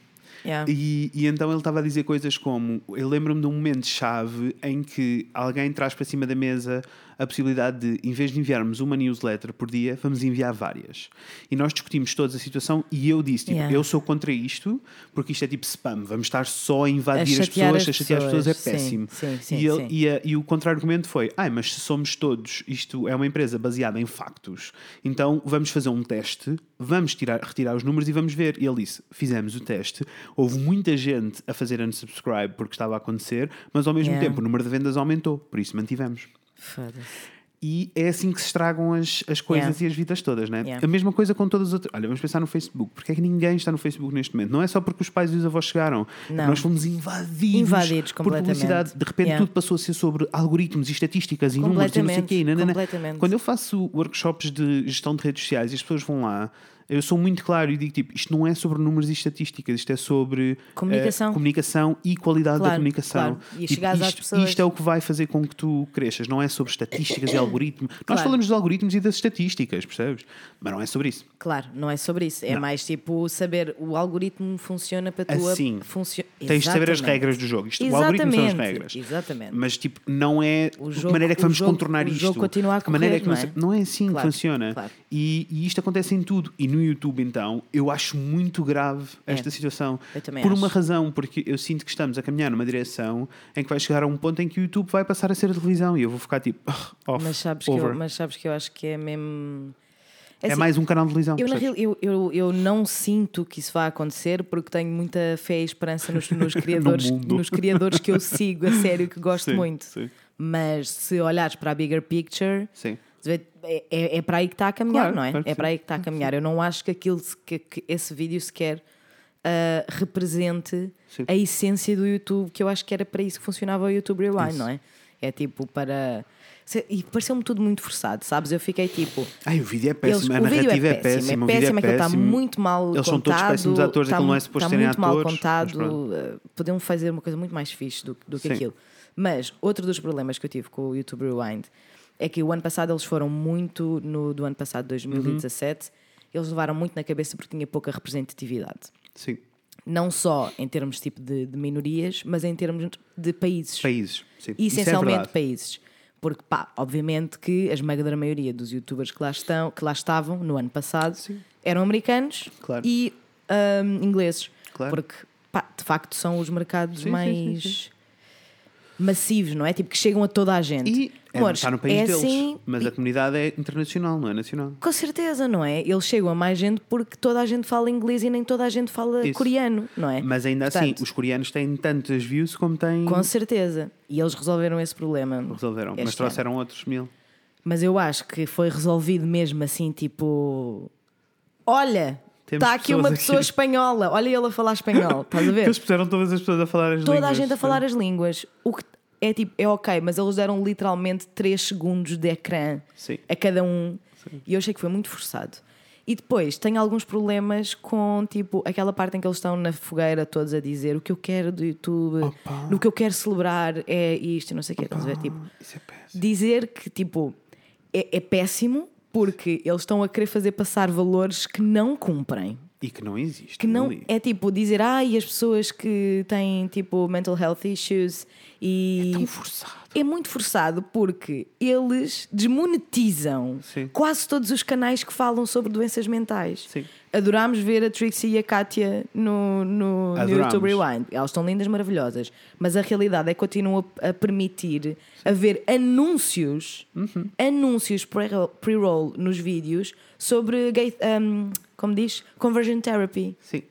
A: Yeah.
B: E, e então ele estava a dizer coisas como: Eu lembro-me de um momento-chave em que alguém traz para cima da mesa a possibilidade de, em vez de enviarmos uma newsletter por dia, vamos enviar várias. E nós discutimos todos a situação e eu disse: tipo,
A: Yeah.
B: Eu sou contra isto, porque isto é tipo spam, vamos estar só a
A: A
B: invadir as
A: chatear
B: pessoas,
A: as
B: a chatear as pessoas é
A: pessoas. Sim,
B: péssimo.
A: sim, sim,
B: e,
A: sim.
B: ele- e a- e o contra-argumento foi: Ai, mas se somos todos, isto é uma empresa baseada em factos, então vamos fazer um teste, vamos tirar, retirar os números e vamos ver. E ele disse: Fizemos o teste, houve muita gente a fazer unsubscribe porque estava a acontecer, mas ao mesmo
A: Yeah.
B: tempo o número de vendas aumentou, por isso mantivemos.
A: Foda-se.
B: E é assim que se estragam as, as coisas
A: Yeah.
B: e as vidas todas, né?
A: Yeah.
B: A mesma coisa com todas as outras. Olha, vamos pensar no Facebook. Porque é que ninguém está no Facebook neste momento? Não é só porque os pais e os avós chegaram.
A: Não.
B: Nós fomos invadidos,
A: Invadidos
B: por
A: completamente.
B: publicidade. De repente
A: Yeah.
B: tudo passou a ser sobre algoritmos e estatísticas e números e não sei o quê. e nananã.
A: Completamente.
B: Quando eu faço workshops de gestão de redes sociais e as pessoas vão lá, eu sou muito claro e digo tipo, isto não é sobre números e estatísticas, isto é sobre
A: Comunicação.
B: eh, comunicação e qualidade da
A: Claro,
B: comunicação. Tipo,
A: claro. E chegares às
B: isto,
A: pessoas.
B: isto é o que vai fazer com que tu cresças, não é sobre estatísticas e algoritmo. Nós
A: Claro.
B: falamos dos algoritmos e das estatísticas, percebes? Mas não é sobre isso.
A: Claro, não é sobre isso. É mais tipo saber o algoritmo funciona para a tua.
B: Assim,
A: funcio-
B: Tens de saber as
A: Exatamente.
B: regras do jogo. Isto, o algoritmo são as
A: Exatamente,
B: regras.
A: Exatamente.
B: Mas tipo, não é
A: O
B: de que
A: jogo-
B: maneira é que
A: o
B: vamos
A: jogo-
B: contornar
A: o
B: isto.
A: jogo continua a
B: De que maneira é que
A: correr,
B: nós-
A: não é?
B: assim
A: Claro,
B: que funciona.
A: claro.
B: E, e isto acontece em tudo. E no YouTube, então, eu acho muito grave
A: É.
B: esta situação.
A: Eu também
B: Por uma
A: acho.
B: razão, porque eu sinto que estamos a caminhar numa direção em que vai chegar a um ponto em que o YouTube vai passar a ser a televisão e eu vou ficar tipo, "Oh, off,
A: Mas sabes, que
B: over.
A: eu, mas sabes que eu acho que é mesmo.
B: é
A: assim,
B: mais um canal de televisão.
A: Eu, na
B: percebes?
A: real, eu, eu, eu não sinto que isso vá acontecer porque tenho muita fé e esperança nos, nos criadores,
B: mundo.
A: nos criadores que eu sigo, a sério, que gosto
B: Sim,
A: muito.
B: sim.
A: Mas se olhares para a bigger picture,
B: Sim.
A: é, é, é para aí que está a caminhar,
B: Claro,
A: não é?
B: claro que
A: é
B: sim.
A: para aí que está a caminhar. Eu não acho que, aquilo, se- que, que esse vídeo sequer ah, represente
B: Sim.
A: a essência do YouTube, que eu acho que era para isso que funcionava o YouTube Rewind,
B: Isso.
A: não é? É tipo para. se- E pareceu-me tudo muito forçado, sabes? Eu fiquei tipo.
B: Ai, o vídeo é
A: Eles-
B: péssimo, a
A: o vídeo é
B: narrativa é
A: péssimo,
B: péssima,
A: é
B: o vídeo
A: péssimo,
B: é
A: aquilo está
B: péssimo.
A: muito mal
B: Eles
A: contado.
B: são todos péssimos atores,
A: está
B: aquilo não é
A: mu-
B: suposto
A: está
B: serem
A: muito
B: atores,
A: mal
B: mas
A: contado,
B: pronto.
A: eh, podiam fazer uma coisa muito mais fixe do, do que
B: Sim.
A: aquilo. Mas outro dos problemas que eu tive com o YouTube Rewind é que o ano passado eles foram muito, no, do ano passado, 2017,
B: Uhum.
A: eles levaram muito na cabeça porque tinha pouca representatividade.
B: Sim.
A: Não só em termos tipo de, de minorias, mas em termos de países.
B: Países. Sim.
A: E
B: Isso é
A: essencialmente
B: verdade.
A: países. Porque, pá, obviamente que a esmagadora maioria dos youtubers que lá, estão, que lá estavam no ano passado
B: Sim.
A: eram americanos
B: Claro.
A: e hum, ingleses.
B: Claro.
A: Porque, pá, de facto são os mercados
B: Sim, sim,
A: mais
B: sim,
A: massivos, não é? Tipo, que chegam a toda a gente.
B: E é,
A: Amores,
B: está no país
A: é
B: deles,
A: assim,
B: mas a comunidade é internacional, não é nacional.
A: com certeza, não é? Eles chegam a mais gente porque toda a gente fala inglês e nem toda a gente fala
B: Isso.
A: coreano, não é?
B: Mas ainda
A: Portanto,
B: assim, os coreanos têm tantas views como têm.
A: Com certeza. E eles resolveram esse problema.
B: Resolveram, mas
A: este ano.
B: trouxeram outros mil.
A: Mas eu acho que foi resolvido mesmo assim, tipo. Olha,
B: Temos
A: está aqui uma
B: pessoas
A: pessoa
B: aqui.
A: espanhola, olha ele a falar espanhol, estás a ver?
B: Eles puseram todas as pessoas a falar as
A: Toda a
B: línguas,
A: gente a
B: sim.
A: falar as línguas. O que é tipo, é ok, mas eles deram literalmente 3 segundos de ecrã
B: Sim.
A: a cada um. E eu achei que foi muito forçado. E depois tem alguns problemas com tipo aquela parte em que eles estão na fogueira todos a dizer o que eu quero do YouTube,
B: Opa.
A: o que eu quero celebrar é isto, e não sei o que, estás a ver? Tipo,
B: Isso é péssimo.
A: dizer que tipo é, é péssimo porque eles estão a querer fazer passar valores que não cumprem.
B: E que não existe.
A: Que não
B: ali.
A: é tipo dizer, ah, e as pessoas que têm tipo mental health issues e.
B: Tão forçado.
A: É muito forçado porque eles desmonetizam
B: Sim.
A: quase todos os canais que falam sobre doenças mentais.
B: Sim.
A: Adorámos ver a Trixie e a Kátia no, no, no
B: Adorámos.
A: YouTube Rewind. Elas estão lindas, maravilhosas. Mas a realidade é que continuam a, a permitir haver anúncios,
B: Uhum.
A: anúncios pre-roll- pre-roll nos vídeos sobre, gay, um, como diz, conversion therapy.
B: Sim.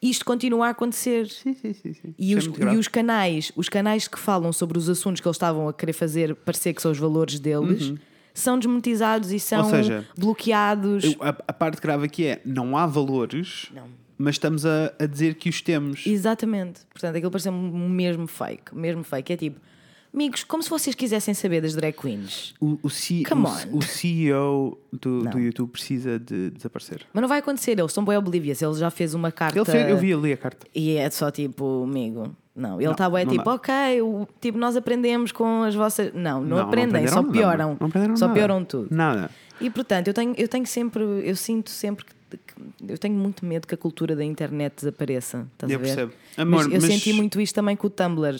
A: Isto continua a acontecer.
B: Sim, sim, sim. sim.
A: E
B: Isso é
A: os, e
B: muito grave.
A: os canais, os canais que falam sobre os assuntos que eles estavam a querer fazer parecer que são os valores deles, são desmonetizados e são
B: Uhum. seja,
A: bloqueados.
B: Eu- a, a parte grave aqui é: não há valores, mas estamos a, a dizer que os temos.
A: Exatamente. Portanto, aquilo pareceu um mesmo fake. Mesmo fake. É tipo, amigos, como se vocês quisessem saber das drag queens.
B: O, o, C-
A: Come
B: o-
A: on.
B: o CEO do, do YouTube precisa de desaparecer.
A: Mas não vai acontecer, eles são bem oblivious. Ele já fez uma carta.
B: Ele fez, eu vi ali a carta.
A: E é só tipo, amigo. Não, ele
B: Não,
A: estava é
B: não
A: tipo,
B: dá.
A: ok, o, tipo, nós aprendemos com as vossas. Não, não, aprendem,
B: aprenderam
A: só
B: nada.
A: pioram.
B: Não aprenderam
A: só
B: nada.
A: pioram tudo.
B: Nada.
A: E portanto, eu tenho, eu tenho sempre, eu sinto sempre que, que- eu tenho muito medo que a cultura da internet desapareça. Estás
B: Eu
A: a ver?
B: percebo. Amor,
A: mas eu
B: mas-
A: senti muito isto também com o Tumblr.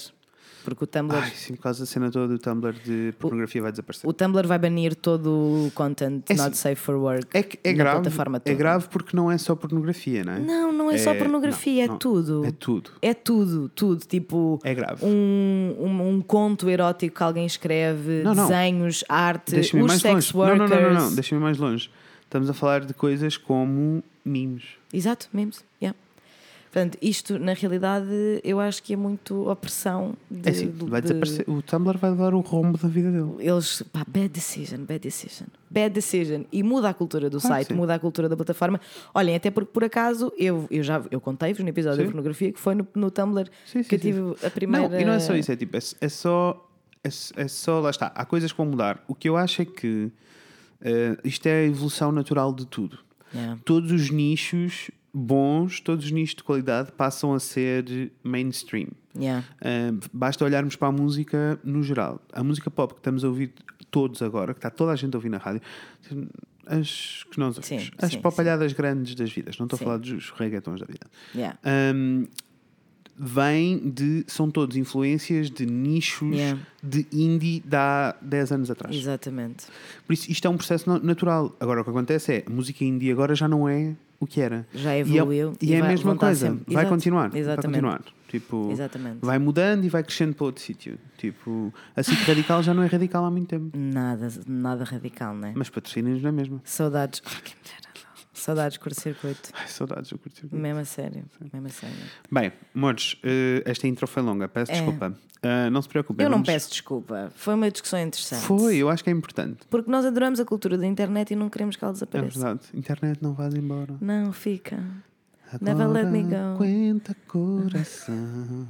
A: Porque o Tumblr,
B: Ai, sim, por causa da cena toda do Tumblr de pornografia vai desaparecer.
A: o Tumblr vai banir todo o content
B: É
A: not
B: assim,
A: safe for work.
B: É, que é
A: na
B: grave.
A: plataforma
B: É
A: toda.
B: grave porque não é só pornografia, não é?
A: Não, não é, só pornografia,
B: não,
A: é tudo.
B: É tudo.
A: É tudo, tudo. Tipo,
B: É grave.
A: um, um, um conto erótico que alguém escreve,
B: Não, não.
A: desenhos, arte,
B: Deixa-me ir
A: os
B: mais
A: sex
B: longe. Não,
A: workers.
B: não, não, não, não. Deixa-me ir mais longe. Estamos a falar de coisas como mimos.
A: Exato, memes. Yeah. Portanto, isto na realidade eu acho que é muito opressão de,
B: É assim,
A: do-
B: vai
A: de-
B: desaparecer. O Tumblr vai levar o rombo da vida dele.
A: eles, pá, bad decision, bad decision, bad decision. E muda a cultura do
B: Claro que
A: site,
B: sim.
A: muda a cultura da plataforma. Olhem, até porque por acaso eu, eu já eu contei-vos no episódio
B: Sim.
A: da pornografia que foi no, no Tumblr
B: Sim, sim,
A: que eu
B: sim.
A: tive a primeira.
B: Não, e não é só isso, é tipo, é, é só. É, é só, lá está, há coisas que vão mudar. O que eu acho é que eh, isto é a evolução natural de tudo.
A: Yeah.
B: Todos os nichos bons, todos os nichos de qualidade passam a ser mainstream.
A: Yeah.
B: Ah, basta olharmos para a música no geral. A música pop que estamos a ouvir todos agora, que está toda a gente a ouvir na rádio, as que nós ouvimos,
A: Sim,
B: as
A: sim,
B: papalhadas grandes das vidas, não estou
A: Sim.
B: a falar dos reggaetons da vida,
A: Yeah.
B: Ah. Ahm, vêm de. são todos influências de nichos
A: Yeah.
B: de indie de há 10 anos atrás.
A: Exatamente.
B: Por isso, isto é um processo na- natural. Agora, o que acontece é a música indie agora já não é o que era.
A: Já
B: E é-
A: evoluiu
B: E
A: e
B: é, a
A: vai-
B: mesma
A: vão estar
B: coisa.
A: sempre.
B: Vai
A: Exato.
B: continuar.
A: Exatamente.
B: Vai continuar. Tipo,
A: Exatamente.
B: Vai mudando e vai crescendo para outro sítio. Tipo, a SIC radical já não é radical há muito tempo.
A: Nada, nada radical, né?
B: Mas patrocínios não é mesmo.
A: Saudades. Ai, que merda. Saudades de curto-circuito.
B: Ai, saudades, eu curti.
A: Mesmo a sério. Mesmo a sério.
B: Bem, amores, eh, esta intro foi longa, peço
A: É.
B: desculpa. Ah, não se preocupem.
A: Eu não
B: vamos-
A: peço desculpa. Foi uma discussão interessante.
B: Foi, eu acho que é importante.
A: Porque nós adoramos a cultura da internet e não queremos que ela
B: É
A: desapareça.
B: verdade. Internet não vais embora.
A: Não, fica. Never
B: Agora
A: let me go.
B: Aguenta coração.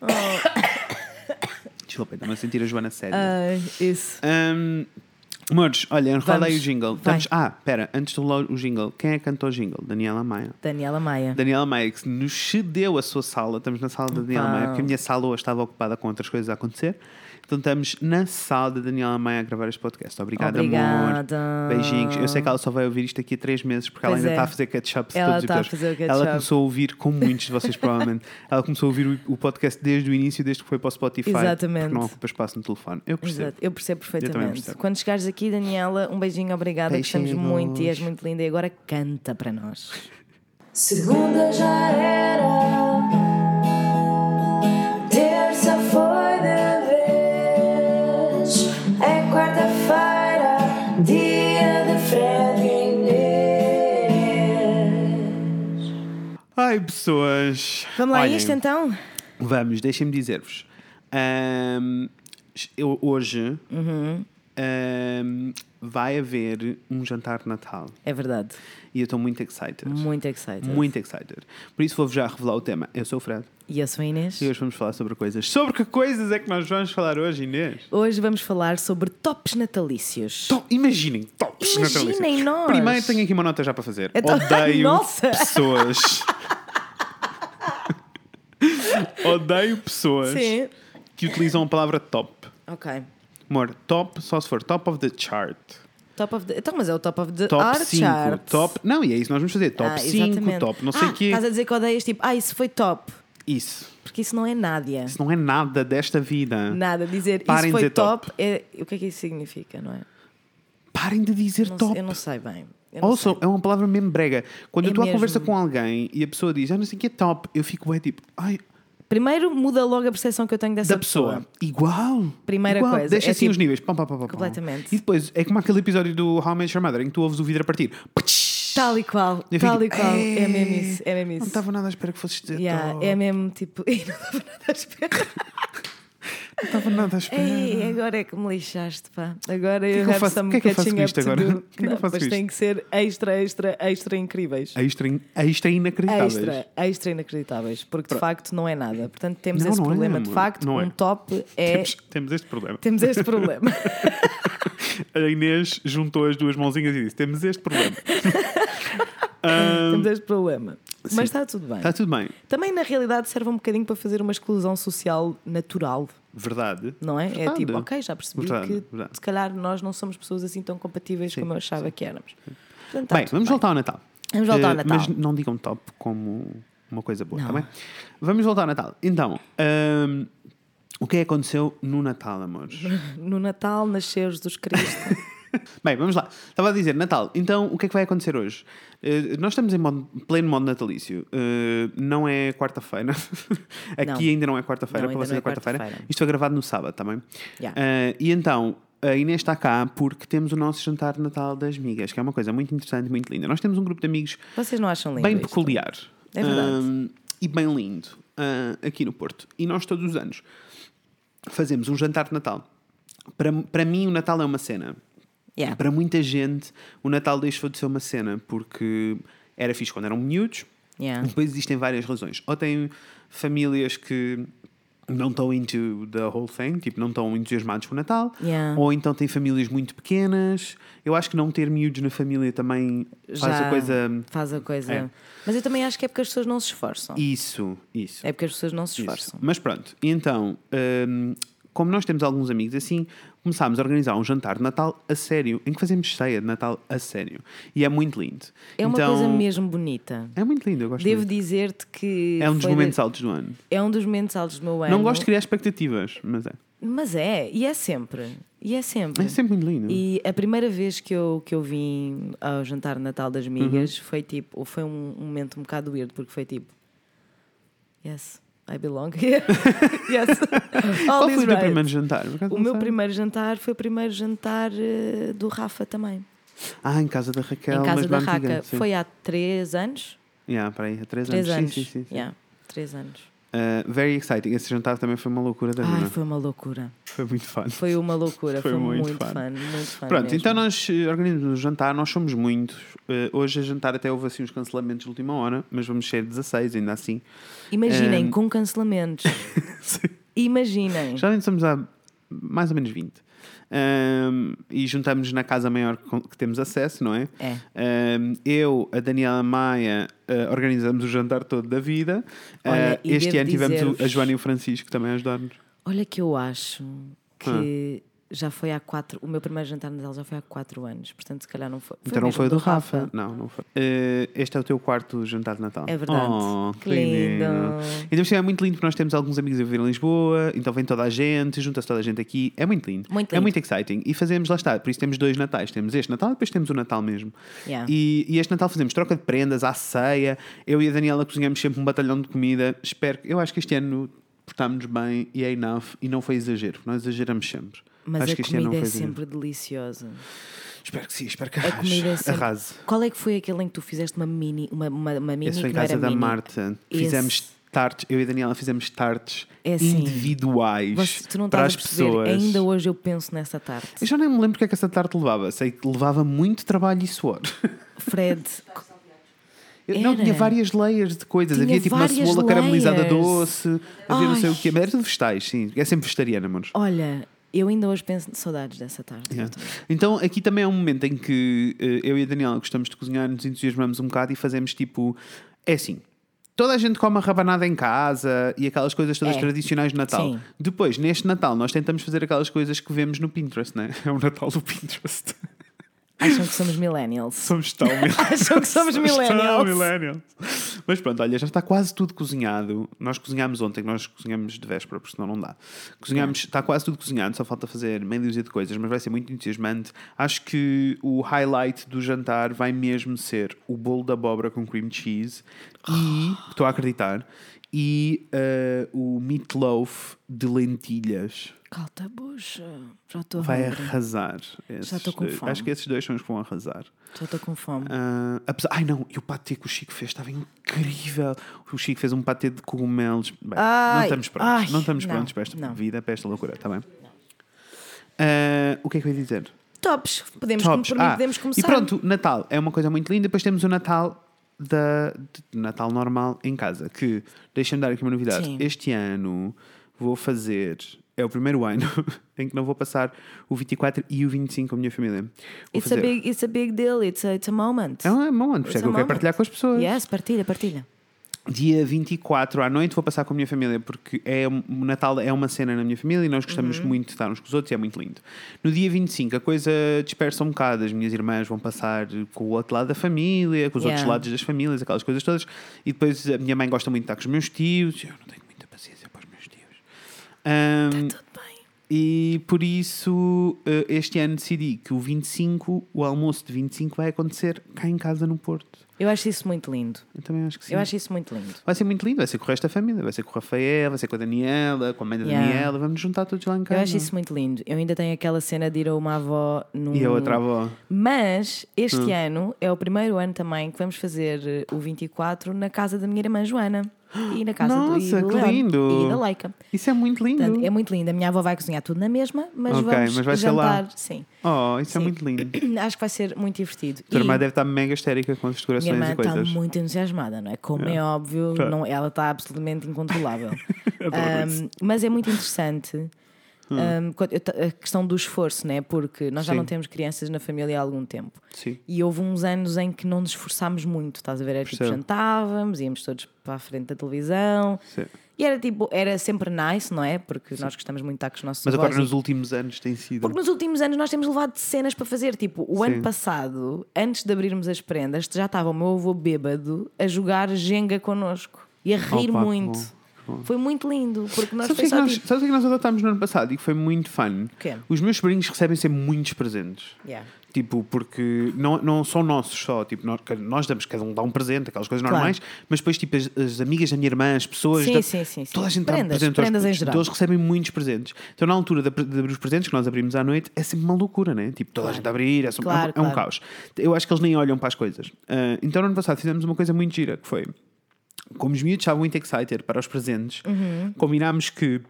B: Desculpa, estava a sentir a Joana séria.
A: Oh, Ai, isso.
B: Um, Mores, olha, enrola aí o
A: Vamos.
B: jingle.
A: Vai.
B: Estamos- ah, espera, antes de rolar o jingle, quem é que cantou o jingle? Daniela Maia.
A: Daniela Maia.
B: Daniela Maia que nos cedeu a sua sala. Estamos na sala da Daniela
A: Uau.
B: Maia, porque a minha sala hoje estava ocupada com outras coisas a acontecer. Então estamos na sala da Daniela Maia a gravar este podcast. Obrigada,
A: Obrigada.
B: amor. Beijinhos. Eu sei que ela só vai ouvir isto aqui a três meses porque ela
A: Pois
B: ainda
A: é.
B: está a fazer catch-ups de
A: Ela
B: todos os
A: está a
B: episódios.
A: fazer o catch-up.
B: Ela começou a ouvir, como muitos de vocês provavelmente, ela começou a ouvir o, o podcast desde o início, desde que foi para o Spotify.
A: Exatamente.
B: Porque não ocupa espaço no telefone. Eu percebo.
A: Exato, eu percebo perfeitamente.
B: percebo.
A: Quando chegares aqui, Daniela, um beijinho, obrigada. Gostamos
B: Beijinhos.
A: muito e és muito linda. E agora canta para nós.
C: Segunda já era, terça foi de vez, é quarta-feira, dia de Fred e Inês.
B: Ai, pessoas.
A: Vamos lá, a
B: Olhem,
A: isto então?
B: Vamos, deixem-me dizer-vos. Ahm, eu, hoje ahm, vai haver um jantar de Natal
A: É verdade.
B: e eu estou muito excited.
A: Muito excited.
B: Muito excited. Por isso vou-vos já revelar o tema. Eu sou o Fred
A: E eu sou a Inês.
B: e hoje vamos falar sobre coisas. Sobre que coisas é que nós vamos falar hoje, Inês?
A: Hoje vamos falar sobre tops natalícios.
B: To- imaginem, tops
A: Imaginem
B: natalícios.
A: nós.
B: Primeiro tenho aqui uma nota já para fazer.
A: Então-
B: Odeio
A: Nossa.
B: pessoas. Odeio pessoas
A: Sim.
B: que utilizam a palavra top.
A: Ok.
B: Amor, top, só se for top of the chart.
A: Top of the... Então, mas é o top of the
B: Top
A: art
B: 5,
A: chart.
B: top. Não, e é isso, nós vamos fazer top
A: Ah,
B: 5,
A: exatamente.
B: top não sei o
A: ah,
B: quê.
A: Estás a dizer que odeias tipo, ah, isso foi top.
B: Isso.
A: Porque isso não é nádia.
B: Isso não é nada desta vida.
A: Nada. Dizer
B: Parem de
A: isso foi
B: dizer top.
A: top, é. O que é que isso significa, não é?
B: Parem de dizer
A: Não sei-
B: top.
A: eu não sei bem. Eu não
B: Also,
A: sei.
B: é uma palavra mesmo brega. Quando eu
A: É
B: estou à
A: mesmo.
B: conversa com alguém e a pessoa diz, ah, não sei o que é top, eu fico bem tipo, ai,
A: Primeiro muda logo a percepção que eu tenho dessa
B: da pessoa. Igual.
A: Primeira
B: Igual.
A: coisa,
B: Deixa
A: é
B: assim
A: tipo-
B: os níveis. Pam, pam, pam, pam, pam.
A: Completamente.
B: E depois, é como aquele episódio do How I Met Your Mother em que tu ouves o vidro a partir.
A: Tal e qual,
B: Eu
A: tal e
B: fico,
A: qual. É mesmo
B: "Ei,
A: isso, é mesmo
B: Não
A: isso.
B: estava nada à espera que fosses dizer
A: Yeah,
B: top.
A: é mesmo tipo. e não estava nada à espera.
B: Não estava nada à espera.
A: Ei, agora é que me lixaste, pá. Agora
B: que
A: eu
B: que eu
A: have
B: faço-
A: some
B: que é que eu faço
A: catching
B: com
A: up
B: isto
A: to
B: agora?
A: do.
B: Que é que eu
A: Não,
B: faço
A: mas
B: com
A: tem que ser extra, extra, extra incríveis.
B: A É extra, in- a extra inacreditáveis.
A: É Extra, extra inacreditáveis, porque de facto não é nada. Portanto, temos
B: Não,
A: esse
B: não é,
A: problema. de
B: amor.
A: facto,
B: Não é.
A: um top é.
B: Temos, temos este problema.
A: Temos este problema.
B: A Inês juntou as duas mãozinhas e disse: Temos este problema.
A: Temos este problema. Mas está tudo bem.
B: Está tá tudo bem.
A: Também, na realidade, serve um bocadinho para fazer uma exclusão social natural,
B: Verdade.
A: não é? É
B: Verdade.
A: tipo, ok, já percebi
B: Verdade,
A: que
B: verdade.
A: se calhar nós não somos pessoas assim tão compatíveis como eu achava que éramos. Portanto, está Tá
B: Bem,
A: tudo
B: vamos voltar ao Natal.
A: Vamos voltar ao
B: Eh,
A: Natal.
B: Mas não digam top como uma coisa boa,
A: Não.
B: está bem? Vamos voltar ao Natal. Então, ahm, o que é que aconteceu no Natal, amores?
A: No Natal nasceu Jesus Cristo.
B: Bem, vamos lá. Estava a dizer, Natal, então o que é que vai acontecer hoje? Eh, nós estamos em modo- pleno modo natalício. Eh, não é quarta-feira. Aqui
A: Não.
B: ainda não é quarta-feira,
A: Não,
B: para
A: ainda
B: vocês
A: não
B: é
A: é
B: quarta-feira.
A: quarta-feira.
B: Isto foi gravado no sábado também.
A: Yeah.
B: Eh, e então, a Inês está cá porque temos o nosso jantar de Natal das migas, que é uma coisa muito interessante, muito linda. Nós temos um grupo de amigos
A: Vocês não acham lindo?
B: bem
A: isto?
B: peculiar.
A: É verdade.
B: Ahm, e bem lindo, ah, aqui no Porto. E nós todos os anos fazemos um jantar de Natal. Para, para mim, o Natal é uma cena.
A: Yeah.
B: Para muita gente, o Natal deixou de ser uma cena porque era fixe quando eram miúdos.
A: Yeah.
B: Depois existem várias razões. Ou tem famílias que não estão into the whole thing, tipo, não estão entusiasmados com o Natal.
A: Yeah.
B: Ou então tem famílias muito pequenas. Eu acho que não ter miúdos na família também faz a coisa.
A: Faz a coisa.
B: É.
A: Mas eu também acho que é porque as pessoas não se esforçam.
B: Isso, isso.
A: É porque as pessoas não se
B: Isso.
A: esforçam.
B: Mas pronto, e então, hum, como nós temos alguns amigos assim, começámos a organizar um jantar de Natal a sério, em que fazemos ceia de Natal a sério. E é muito lindo.
A: É uma
B: então,
A: coisa mesmo bonita.
B: É muito lindo, eu gosto
A: Devo
B: muito.
A: dizer-te que.
B: É um dos
A: foi de-
B: momentos altos do ano.
A: É um dos momentos altos do meu ano.
B: Não gosto de criar expectativas, mas é.
A: Mas é, e é sempre. E é sempre.
B: É sempre muito lindo.
A: E a primeira vez que eu, que eu vim ao jantar de Natal das
B: Uhum.
A: migas foi tipo, foi um, um momento um bocado weird, porque foi tipo, yes, I belong here. yes. All
B: Qual
A: is
B: foi o teu
A: right.
B: primeiro jantar? Por acaso
A: O
B: não
A: meu
B: sei.
A: primeiro jantar foi o primeiro jantar eh, do Rafa também,
B: Ah, em casa da Raquel.
A: em casa
B: mas
A: da
B: bem antiga,
A: Raca.
B: sim.
A: Foi há três anos?
B: Yeah, peraí, há três,
A: Três
B: anos.
A: anos.
B: Sim, sim, sim. sim.
A: Yeah, três anos.
B: Uh, very exciting. Esse jantar também foi uma loucura da
A: Ai,
B: vida.
A: foi uma loucura.
B: Foi muito fun.
A: Foi uma loucura,
B: Foi
A: foi,
B: muito
A: muito,
B: fun.
A: fã, muito fã.
B: Pronto,
A: É mesmo.
B: então nós eh, organizamos o jantar, nós somos muitos. Eh, hoje a jantar até houve assim uns cancelamentos de última hora, mas vamos ser 16 ainda assim.
A: Imaginem,
B: Ahm.
A: com cancelamentos. Imaginem.
B: Geralmente somos há mais ou menos 20. Ahm, e juntamos na casa maior com- que temos acesso, não é?
A: É.
B: Ahm, eu, a Daniela Maia, eh, organizamos o jantar todo da vida.
A: Olha,
B: Ah,
A: e
B: este
A: devo
B: ano tivemos o- a
A: dizer-vos-
B: Joana e o Francisco também a ajudar-nos.
A: Olha que eu acho que
B: Ah.
A: já foi há quatro. O meu primeiro jantar de Natal já foi há quatro anos, portanto se calhar não foi.
B: Então não
A: mesmo
B: foi o do Rafa. Não, não foi. Eh, este é o teu quarto jantar de Natal.
A: É verdade.
B: Oh,
A: Que
B: que
A: lindo.
B: lindo. Então isto é muito lindo porque nós temos alguns amigos a viver em Lisboa, então vem toda a gente, junta-se toda a gente aqui. É muito lindo.
A: Muito
B: É
A: lindo.
B: muito exciting. E fazemos, lá está, por isso temos dois Natais. Temos este Natal e depois temos o Natal mesmo.
A: Yeah.
B: E, e este Natal fazemos troca de prendas, à ceia. Eu e a Daniela cozinhamos sempre um batalhão de comida. Espero que. Eu acho que este ano portámos-nos bem e é enough e não foi exagero. Nós exageramos sempre.
A: Mas
B: acho
A: a
B: que este ano não
A: comida é
B: foi exagero.
A: sempre deliciosa.
B: Espero que sim, espero que
A: A
B: arrase.
A: comida é sempre.
B: arrase.
A: Qual é que foi aquele em que tu fizeste uma mini, uma, uma, uma mini
B: Esse
A: que
B: foi em
A: não
B: casa
A: era
B: da
A: mini?
B: Marta.
A: Esse-
B: Fizemos tartes, eu e a Daniela fizemos tartes
A: É assim.
B: individuais
A: Você- tu não
B: para
A: estás
B: as
A: a perceber.
B: pessoas.
A: Ainda hoje eu penso nessa tarde.
B: Eu já nem me lembro o que é que essa tarte levava. Sei que levava muito trabalho e suor.
A: Fred,
B: Eu- Não,
A: Era.
B: tinha várias layers de coisas.
A: Tinha
B: havia tipo uma
A: várias
B: cebola caramelizada
A: layers.
B: doce, havia não sei o
A: Ai.
B: quê. Mas era tudo vegetais, sim. É sempre vegetariana, amores.
A: olha, eu ainda hoje penso saudades dessa tarde.
B: Yeah. Então aqui também é um momento em que eh, eu e a Daniela gostamos de cozinhar, nos entusiasmamos um bocado e fazemos tipo. É assim. Toda a gente come a rabanada em casa e aquelas coisas todas
A: É.
B: tradicionais de Natal.
A: Sim.
B: Depois, neste Natal, nós tentamos fazer aquelas coisas que vemos no Pinterest, né? É o Natal do Pinterest.
A: Acham que somos millennials.
B: Somos tão mil-
A: Acham que somos
B: Somos tão
A: millennials.
B: millennials. Mas pronto, olha, já está quase tudo cozinhado. Nós cozinhámos ontem, nós cozinhámos de véspera, porque senão não dá.
A: É.
B: Cozinhámos, está quase tudo cozinhado, só falta fazer meia dúzia de coisas, mas vai ser muito entusiasmante. Acho que o highlight do jantar vai mesmo ser o bolo da abóbora com cream cheese e, estou a acreditar, e eh, o meatloaf de lentilhas.
A: Calta a bucha. Já estou a
B: Vai
A: hungry.
B: arrasar. esses
A: estou com
B: dois.
A: fome.
B: Acho que esses dois são os que vão arrasar.
A: Já estou com fome.
B: Ah, apesar... Ai não, e o patê que o Chico fez estava incrível. O Chico fez um patê de cogumelos. Bem, não
A: Ai,
B: estamos prontos.
A: ai,
B: não estamos
A: não,
B: prontos para esta
A: não.
B: vida, para esta loucura, está bem? Ah, o que é que eu ia dizer?
A: Tops, podemos,
B: Tops.
A: por mim
B: Ah,
A: podemos começar.
B: E pronto, Natal é uma coisa muito linda. Depois temos o Natal da de- Natal normal em casa. Que deixa-me dar aqui uma novidade.
A: Sim.
B: Este ano vou fazer. É o primeiro ano em que não vou passar o 24 e o 25 com a minha família. Vou
A: It's a,
B: fazer-
A: big, it's a big deal, it's a, it's a moment.
B: É um momento, por isso é
A: It's
B: que eu
A: a
B: quero
A: moment.
B: partilhar com as pessoas.
A: Yes, partilha, partilha.
B: Dia 24 à noite vou passar com a minha família porque é, um- o Natal é uma cena na minha família e nós
A: Uhum.
B: gostamos muito de estar uns com os outros e é muito lindo. No dia 25 a coisa dispersa um bocado, as minhas irmãs vão passar com o outro lado da família, com os outros
A: Yeah.
B: lados das famílias, aquelas coisas todas. E depois a minha mãe gosta muito de estar com os meus tios. Eu não tenho muita paciência para os meus tios. Ahm,
A: Tá Tudo bem.
B: E por isso, eh, este ano decidi que o 25, o almoço de 25, vai acontecer cá em casa no Porto.
A: Eu acho isso muito lindo.
B: Eu também acho que sim.
A: Eu acho isso muito lindo.
B: Vai ser muito lindo, vai ser com o resto da família, vai ser com o Rafael, vai ser com a Daniela, com a mãe da
A: Yeah.
B: Daniela, vamos nos juntar todos lá em casa.
A: Eu acho isso muito lindo. Eu ainda tenho aquela cena de ir a uma avó num.
B: E a outra avó. Hum.
A: Mas este ano é o primeiro ano também que vamos fazer eh, o 24 na casa da minha irmã Joana. E na casa do, e
B: Nossa,
A: do
B: que
A: Leon,
B: lindo.
A: E da Leica.
B: Isso é muito lindo.
A: Portanto, é muito lindo. A minha avó vai cozinhar tudo na mesma, mas
B: Ok,
A: vamos
B: mas vai ser lá.
A: jantar. Sim.
B: Oh, isso é
A: Sim.
B: muito lindo.
A: Acho que vai ser muito divertido.
B: Tua
A: E
B: irmã deve estar mega histérica com as
A: minha
B: decorações
A: irmã tá
B: e
A: está
B: coisas. Tá.
A: muito entusiasmada, não é? Como é óbvio, não, ela está absolutamente incontrolável.
B: Adoro
A: Um,
B: isso. Hum.
A: mas é muito interessante. um, quando- eu ta- a questão do esforço, né? porque nós já
B: Sim.
A: não temos crianças na família há algum tempo.
B: Sim.
A: E houve uns anos em que não nos esforçámos muito, estás a ver? Era tipo,
B: Percebo.
A: jantávamos, íamos todos para a frente da televisão.
B: Sim.
A: E era tipo, era sempre nice, não é? Porque nós gostamos muito de estar com os nossos
B: Mas agora
A: avós e
B: nos últimos anos tem sido.
A: porque nos últimos anos nós temos levado cenas para fazer. Tipo, o
B: Sim.
A: ano passado, antes de abrirmos as prendas, já estava o meu avô bêbado a jogar Jenga connosco e a rir
B: Opa, que
A: muito.
B: Oh, bom, que bom.
A: Foi muito lindo, porque nós
B: Sabes
A: foi
B: o que, é que
A: só
B: nós,
A: tipo.
B: sabes o que é que nós adotámos no ano passado e que foi muito fun?
A: quê?
B: Os meus sobrinhos recebem sempre muitos presentes.
A: Yeah.
B: Tipo, porque não, não são nossos só, tipo, nós, nós damos, cada um dá um presente, aquelas coisas
A: Claro.
B: normais, mas depois, tipo, as, as amigas da minha irmã, as pessoas,
A: Sim,
B: da-
A: sim, sim, sim.
B: toda a gente dá
A: Prendas,
B: presente aos
A: prendas em
B: putos,
A: geral.
B: então eles recebem muitos presentes. Então, na altura de, de abrir os presentes que nós abrimos à noite, é sempre uma loucura, né? Tipo, toda a gente a abrir, é, só- é um-
A: Claro,
B: é um
A: claro.
B: caos. Eu acho que eles nem olham para as coisas. Ah, então, no ano passado, fizemos uma coisa muito gira, que foi, como os miúdos estavam muito excited para os presentes,
A: Uhum.
B: combinámos que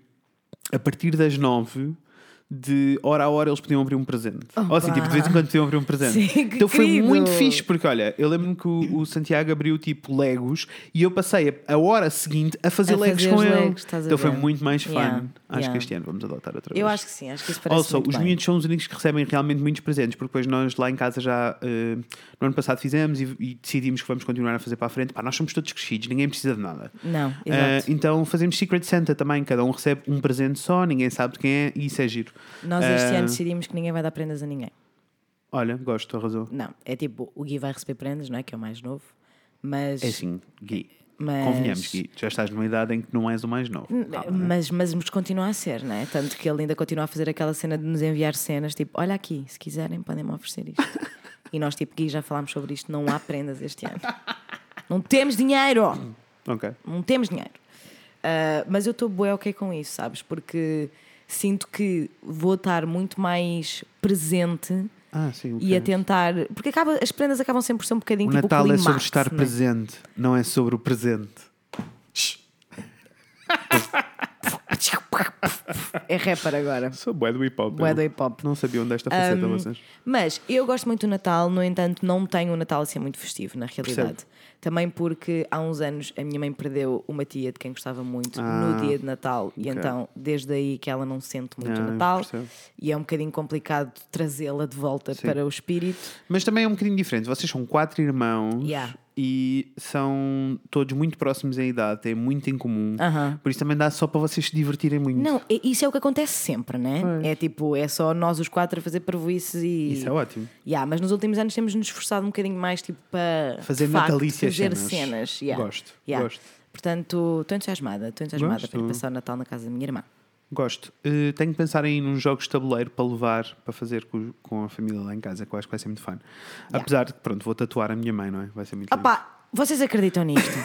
B: a partir das nove de hora a hora eles podiam abrir um presente. Ou assim, tipo, de vez em quando podiam abrir um presente.
A: Oh, Sim, que
B: então foi
A: querido.
B: muito fixe, porque olha, eu lembro-me que o, o Santiago abriu tipo Legos e eu passei a, a hora seguinte a fazer
A: A
B: Legos
A: fazer
B: com
A: os
B: ele.
A: Legos, estás a
B: então foi
A: ver?
B: muito mais fun.
A: Yeah,
B: Acho
A: yeah.
B: que este ano vamos adotar outra vez.
A: Eu acho que sim, acho que isso parece
B: Also,
A: muito
B: os
A: bem.
B: miúdos são os únicos que recebem realmente muitos presentes, porque depois nós lá em casa já eh, no ano passado fizemos e, e decidimos que vamos continuar a fazer para a frente. Pá, nós somos todos crescidos, ninguém precisa de nada.
A: Não,
B: Eh,
A: exato.
B: então fazemos Secret Santa também, cada um recebe um presente só, ninguém sabe de quem é e isso é giro.
A: Nós este
B: Eh,
A: ano decidimos que ninguém vai dar prendas a ninguém.
B: Olha, gosto, arrasou.
A: Não, é tipo, o Gui vai receber prendas, não é? Que é o mais novo. Mas.
B: É assim, Gui.
A: Mas-
B: Convenhamos, Gui. Já estás numa idade em que não és o mais novo. Calma, né?
A: Hum, Mas, mas continua a ser, não é? Tanto que ele ainda continua a fazer aquela cena de nos enviar cenas, tipo, olha aqui, se quiserem podem-me oferecer isto. e nós, tipo, Gui, já falámos sobre isto, não há prendas este ano. Não temos dinheiro!
B: Ok.
A: Não temos dinheiro. Ah, mas eu estou bué ok com isso, sabes? Porque sinto que vou estar muito mais presente
B: Ah, sim.
A: e
B: ok.
A: a tentar... Porque acaba, as prendas acabam sempre por ser um bocadinho
B: O
A: tipo
B: Natal é
A: climax,
B: sobre estar
A: não é?
B: presente, não é sobre o presente.
A: É rapper agora.
B: Sou bué do hip hop.
A: Bué
B: eu
A: do hip hop.
B: Não sabiam desta faceta, vocês.
A: Mas eu gosto muito do Natal, no entanto, não tenho o Natal a ser muito festivo, na realidade.
B: Percebo.
A: Também porque há uns anos a minha mãe perdeu uma tia de quem gostava muito
B: Ah,
A: no dia de Natal, e
B: ok.
A: então desde aí que ela não sente muito
B: Ah,
A: o Natal,
B: percebo.
A: e é um bocadinho complicado trazê-la de volta para o espírito.
B: Mas também é um bocadinho diferente. Vocês são quatro irmãos
A: Yeah.
B: e são todos muito próximos em idade, têm muito em comum.
A: Aham.
B: Por isso também dá só para vocês se divertirem muito.
A: Não, e- isso é o que acontece sempre, né? É tipo, é só nós os quatro a fazer parvoices e.
B: Isso é ótimo.
A: Yeah, mas nos últimos anos temos nos esforçado um bocadinho mais tipo para
B: Fazer
A: de facto,
B: natalícias
A: fazer
B: cenas.
A: cenas. yeah.
B: Gosto,
A: Yeah.
B: gosto.
A: Portanto, estou entusiasmada, estou entusiasmada para ir
B: Gosto.
A: passar o Natal na casa da minha irmã.
B: Gosto. Eh, tenho que pensar em uns jogos de tabuleiro para levar, para fazer com, com a família lá em casa, que eu acho que vai ser muito fun. Apesar de que, pronto, vou tatuar a minha mãe, não é? Vai ser muito lindo.
A: Opa, vocês acreditam nisto?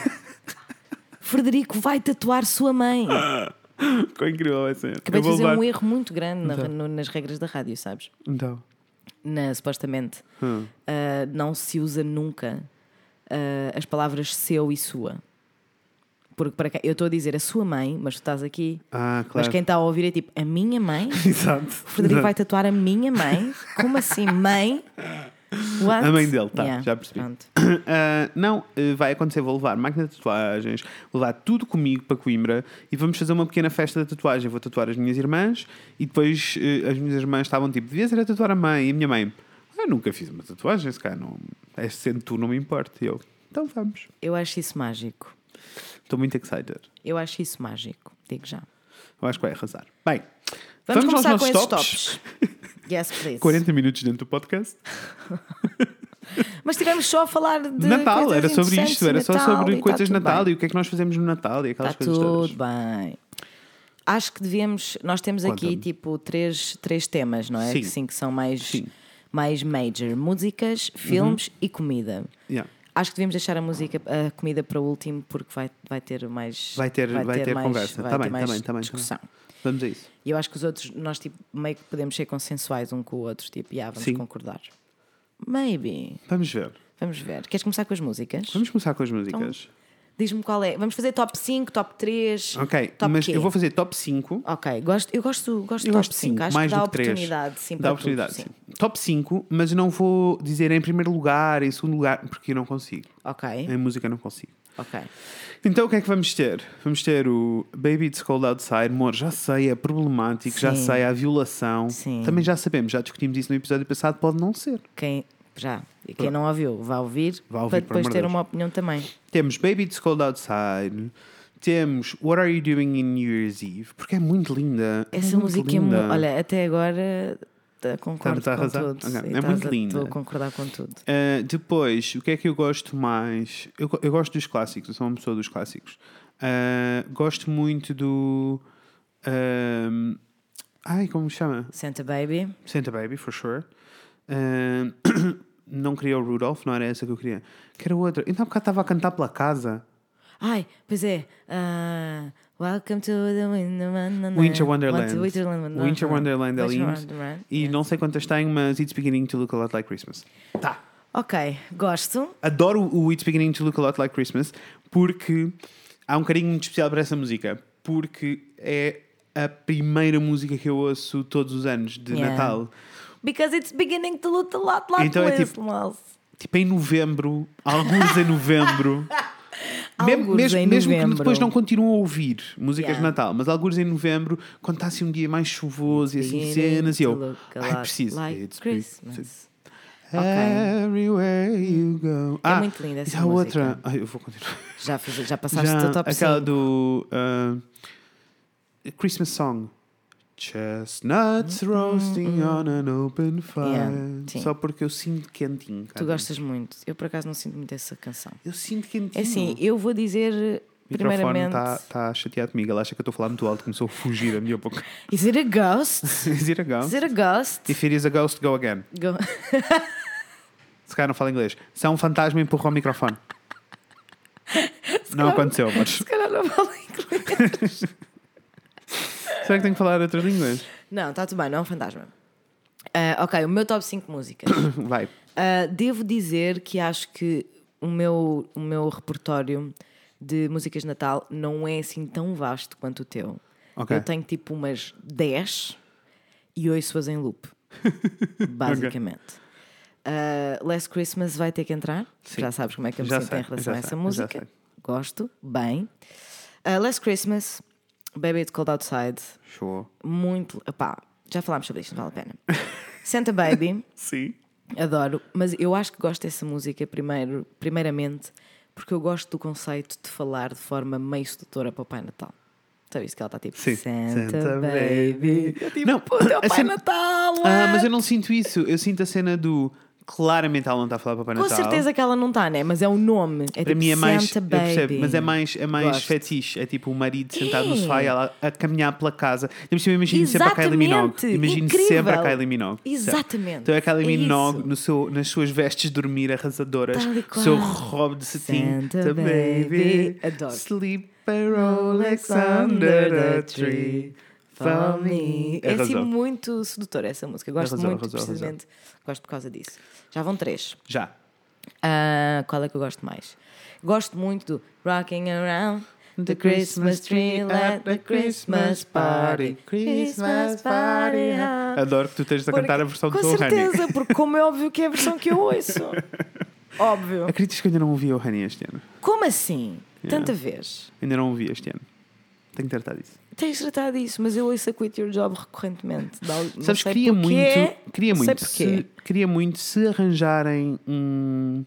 A: Frederico vai tatuar sua mãe.
B: Quão incrível vai ser.
A: Acabei
B: Ah, Eu
A: de
B: vou
A: fazer
B: levar-
A: um erro muito grande na- no- nas regras da rádio, sabes?
B: Então.
A: Na, supostamente
B: Hum.
A: ah, não se usa nunca ah, as palavras seu e sua. Porque para quem- eu estou a dizer a sua mãe, mas tu estás aqui.
B: Ah,
A: Mas
B: claro.
A: quem está a ouvir é tipo a minha mãe.
B: Exato.
A: O Frederico vai tatuar a minha mãe? Como assim, mãe? What?
B: A mãe dele, tá, já percebi.
A: pronto.
B: Ah, não, eh, vai acontecer. Vou levar máquina de tatuagens, vou levar tudo comigo para Coimbra e vamos fazer uma pequena festa da tatuagem. Vou tatuar as minhas irmãs e depois eh, as minhas irmãs estavam tipo: devias ir a tatuar a mãe. E a minha mãe: Eu nunca fiz uma tatuagem, se calhar não. É sendo tu, não me importa. E eu: Então vamos.
A: Eu acho isso mágico.
B: Estou muito excited.
A: Eu acho isso mágico. Digo já.
B: Eu acho que vai arrasar. Bem,
A: Vamos,
B: aos
A: começar com
B: nossos
A: esses
B: tops.
A: tops. Yes, please.
B: 40 minutos dentro do podcast.
A: Mas estivemos só a falar de.
B: Natal,
A: coisas
B: era sobre
A: interessantes
B: isto,
A: de
B: era só
A: Natal e
B: sobre
A: tá
B: coisas de
A: tudo bem.
B: Natal
A: Tá
B: e o que é que nós fazemos no Natal e aquelas
A: Está
B: coisas todas.
A: tudo bem. acho que devíamos. Nós temos aqui
B: Conta-me.
A: tipo três, três temas, não é?
B: Sim.
A: Que Sim, que são mais,
B: Sim. Uhum.
A: mais major: músicas, filmes e comida.
B: Yeah.
A: Acho que devíamos deixar a música, a comida para o último, porque vai, vai ter mais.
B: Vai ter- vai ter conversa.
A: vai
B: Tá
A: ter
B: bem, tá
A: mais
B: bem, tá bem, tá bem.
A: discussão.
B: Vamos a isso.
A: E eu acho que os outros, nós tipo, meio que podemos ser consensuais um com o outro, tipo, yeah, vamos
B: Sim.
A: concordar. Maybe.
B: Vamos ver.
A: Vamos ver. Queres começar com as músicas?
B: Vamos começar com
A: Então,
B: as músicas.
A: Diz-me qual é. Vamos fazer top 5, top 3.
B: ok,
A: top
B: mas
A: quê?
B: eu vou fazer top 5.
A: Ok, gosto, eu gosto, gosto
B: Eu
A: do
B: gosto
A: top
B: de
A: 5.
B: 5,
A: Acho
B: mais
A: que dá
B: do que 3.
A: oportunidade, sim,
B: Dá
A: para
B: oportunidade,
A: tudo,
B: sim. Top 5, mas não vou dizer em primeiro lugar, em segundo lugar, porque eu não consigo.
A: Ok,
B: Em música eu não consigo.
A: ok.
B: Então o que é que vamos ter? Vamos ter o Baby It's Cold Outside, amor, já sei, é problemático, já
A: Sim.
B: sei, há violação.
A: Sim.
B: Também já sabemos, já discutimos isso no episódio passado, pode não ser.
A: Quem, já, e quem não ouviu, vá ouvir,
B: Vá ouvir,
A: para
B: por amor
A: depois
B: de
A: ter
B: Deus.
A: uma opinião também.
B: Temos Baby It's Cold Outside, temos What Are You Doing in New Year's Eve, porque é muito linda. é
A: Essa
B: muito
A: música é
B: linda.
A: muito. Olha, até agora tá, concordo
B: Tá- tá
A: com
B: arrasado?
A: tudo.
B: Ok,
A: sim,
B: é
A: estás
B: muito
A: a-
B: linda.
A: Estou a concordar com tudo.
B: Uh, depois, o que é que eu gosto mais? Eu, go- eu gosto dos clássicos, eu sou uma pessoa dos clássicos. Uh, gosto muito do. um, ai, como se chama?
A: Santa Baby,
B: Santa Baby, for sure. Uh, não queria o Rudolph, não era essa que eu queria. Que era outra. Então há bocado estava a cantar pela casa.
A: Ai, pois é. ah, welcome to the Winter Wonderland.
B: Winter Wonderland.
A: Winter Wonderland. Uh-huh.
B: Winter Wonderland,
A: Winter
B: Aliens.
A: Wonderland,
B: E
A: yeah.
B: não sei quantas tem, mas It's Beginning to Look a Lot Like Christmas. Tá.
A: Ok, gosto.
B: adoro o It's Beginning to Look a Lot Like Christmas porque há um carinho muito especial para essa música. Porque é a primeira música que eu ouço todos os anos de
A: Yeah.
B: Natal.
A: Because it's beginning to look a lot like
B: Então é
A: Christmas.
B: tipo- Tipo em novembro, alguns em novembro. Mem-
A: Algures
B: mesmo,
A: em
B: mesmo que
A: novembro.
B: depois não continuam a ouvir músicas
A: Yeah.
B: de Natal, mas alguns em novembro, quando está assim um dia mais chuvoso e assim
A: Beginning
B: cenas, e
A: to
B: eu,
A: look a
B: ai
A: lot
B: preciso.
A: Like
B: It's
A: Christmas. Ok.
B: Everywhere you go.
A: É muito linda essa
B: Ah, e
A: música.
B: há outra. Ai, eu vou continuar.
A: Já, fiz, já passaste
B: Já,
A: o top
B: aquela
A: 5.
B: do uh, Christmas Song. Chestnuts roasting on an open
A: Hum,
B: fire.
A: Yeah, sim.
B: Só porque eu sinto quentinho. cara.
A: Tu gostas muito. Eu por acaso não sinto muito essa canção.
B: Eu sinto
A: É
B: quentinho.
A: assim, eu vou dizer
B: o microfone
A: primeiramente.
B: está tá chateado comigo. Ela acha que eu estou a falar muito alto. Começou a fugir a minha boca.
A: Is it a ghost?
B: Is it a ghost?
A: Is it a ghost?
B: If it is a ghost, go again.
A: Go-
B: Se calhar não fala inglês. Se é um fantasma, empurra o microfone. não
A: calhar-
B: aconteceu, mas.
A: Se calhar não fala inglês.
B: Será que tenho que falar outras línguas?
A: Não, está tudo bem, não é um fantasma. Ah, ok, o meu top 5 músicas.
B: Vai.
A: Ah, devo dizer que acho que o meu, o meu repertório de músicas de Natal não é assim tão vasto quanto o teu.
B: Ok.
A: Eu tenho tipo umas 10 e ouço-as em loop, basicamente. Ah, Last Christmas vai ter que entrar. Já sabes como é que eu me
B: Já
A: sinto
B: sei,
A: em relação a
B: já
A: essa
B: sei, já
A: música.
B: sei.
A: Gosto, bem. Ah, Last Christmas, Baby It's Cold Outside,
B: Show.
A: muito. Epá, já falámos sobre isto, não vale a pena. Santa Baby.
B: Sim.
A: Adoro, mas eu acho que gosto dessa música primeiro, primeiramente porque eu gosto do conceito de falar de forma meio sedutora para o Pai Natal. Sabe isso que ela está tipo
B: Sim.
A: Santa,
B: Santa
A: Baby.
B: baby.
A: Eu, tipo,
B: Não,
A: puta, é o
B: a
A: Pai
B: cena-
A: Natal! é?"
B: Ah, mas
A: what?
B: eu não sinto isso. Eu sinto a cena do. Claramente ela não está a falar para o Pai
A: Com
B: Natal.
A: certeza que ela não está, né? Mas é o nome. É
B: Para
A: tipo
B: mim é mais.
A: Santa
B: eu
A: Baby.
B: percebo, mas é mais, é mais
A: Gosto.
B: fetiche. É tipo o marido sentado no
A: É.
B: sofá e ela a caminhar pela casa. Eu imagino sempre a Kylie Minogue.
A: Exatamente.
B: Imagino
A: Incrível.
B: sempre a Kylie Minogue.
A: Exatamente.
B: Então é a
A: É
B: Kylie Minogue
A: isso.
B: no seu, nas suas vestes de dormir arrasadoras.
A: Tal e
B: o seu
A: qual.
B: robe de cetim.
A: Santa
B: The
A: baby. Adoro.
B: Sleep a Rolex under the tree. For me.
A: É assim
B: Arrasou.
A: muito sedutora essa música. Eu Gosto
B: Arrasou,
A: muito,
B: arrasou, arrasou.
A: precisamente. Gosto por causa disso. Já vão três.
B: Já.
A: Ah, qual é que eu gosto mais? Gosto muito do Rocking Around the Christmas Tree at the Christmas Party. Christmas Party. ah.
B: Adoro que tu estejas a
A: Porque-
B: cantar a versão do
A: Com
B: Soul Honey.
A: certeza, porque como é óbvio que é a versão que eu ouço. óbvio.
B: Acreditas é que eu ainda não ouvi o Honey este ano?
A: Como assim? Tanta vez.
B: Ainda não ouvi este ano. Tenho que tratar disso.
A: Tens tratado disso, mas eu ouço a Quit Your Job recorrentemente. Dá- Não
B: Sabes,
A: sei
B: queria
A: porquê,
B: muito, queria
A: não sei
B: muito, se,
A: porquê.
B: queria muito se arranjarem um.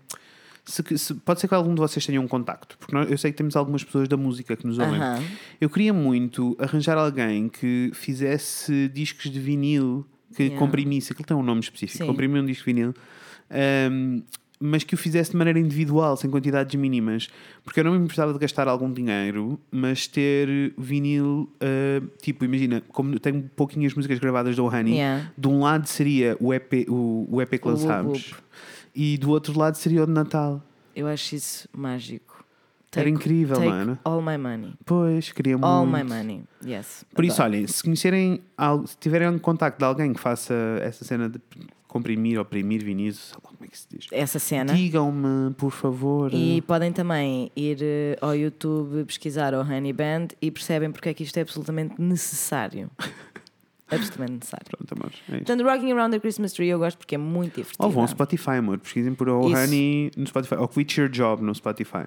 B: se que- se- pode ser que algum de vocês tenha um contacto, porque nós- eu sei que temos algumas pessoas da música que nos ouvem.
A: Aham.
B: Eu queria muito arranjar alguém que fizesse discos de vinil, que
A: Yeah.
B: comprimisse, aquilo tem um nome específico,
A: Sim.
B: comprimir um disco de vinil, ahm, mas que o fizesse de maneira individual, sem quantidades mínimas. Porque eu não me importava de gastar algum dinheiro, mas ter vinil, eh, tipo, imagina, como eu tenho pouquinhas músicas gravadas do Honey,
A: Yeah.
B: de um lado seria o EP, o, o EP que
A: O Whoop
B: lançámos,
A: Whoop.
B: e do outro lado seria o de Natal.
A: Eu acho isso mágico.
B: Era incrível,
A: take
B: mano.
A: All my money.
B: Pois, queria
A: All
B: muito.
A: Oh, my money. Yes.
B: Por isso, olhem, se conhecerem, al- se tiverem contacto de alguém que faça essa cena de comprimir, oprimir vinis, sei lá como é que se diz.
A: Essa cena.
B: Digam-me, por favor.
A: né? E podem também ir eh, ao YouTube pesquisar o Honey Band e percebem porque é que isto é absolutamente necessário. absolutamente necessário.
B: Pronto, amor. É isto.
A: Portanto, Rocking Around the Christmas Tree eu gosto porque é muito divertido.
B: Ou vão ao Spotify, amor. Pesquisem por Oh
A: Isso.
B: Honey no Spotify. Ou Quit Your Job no Spotify.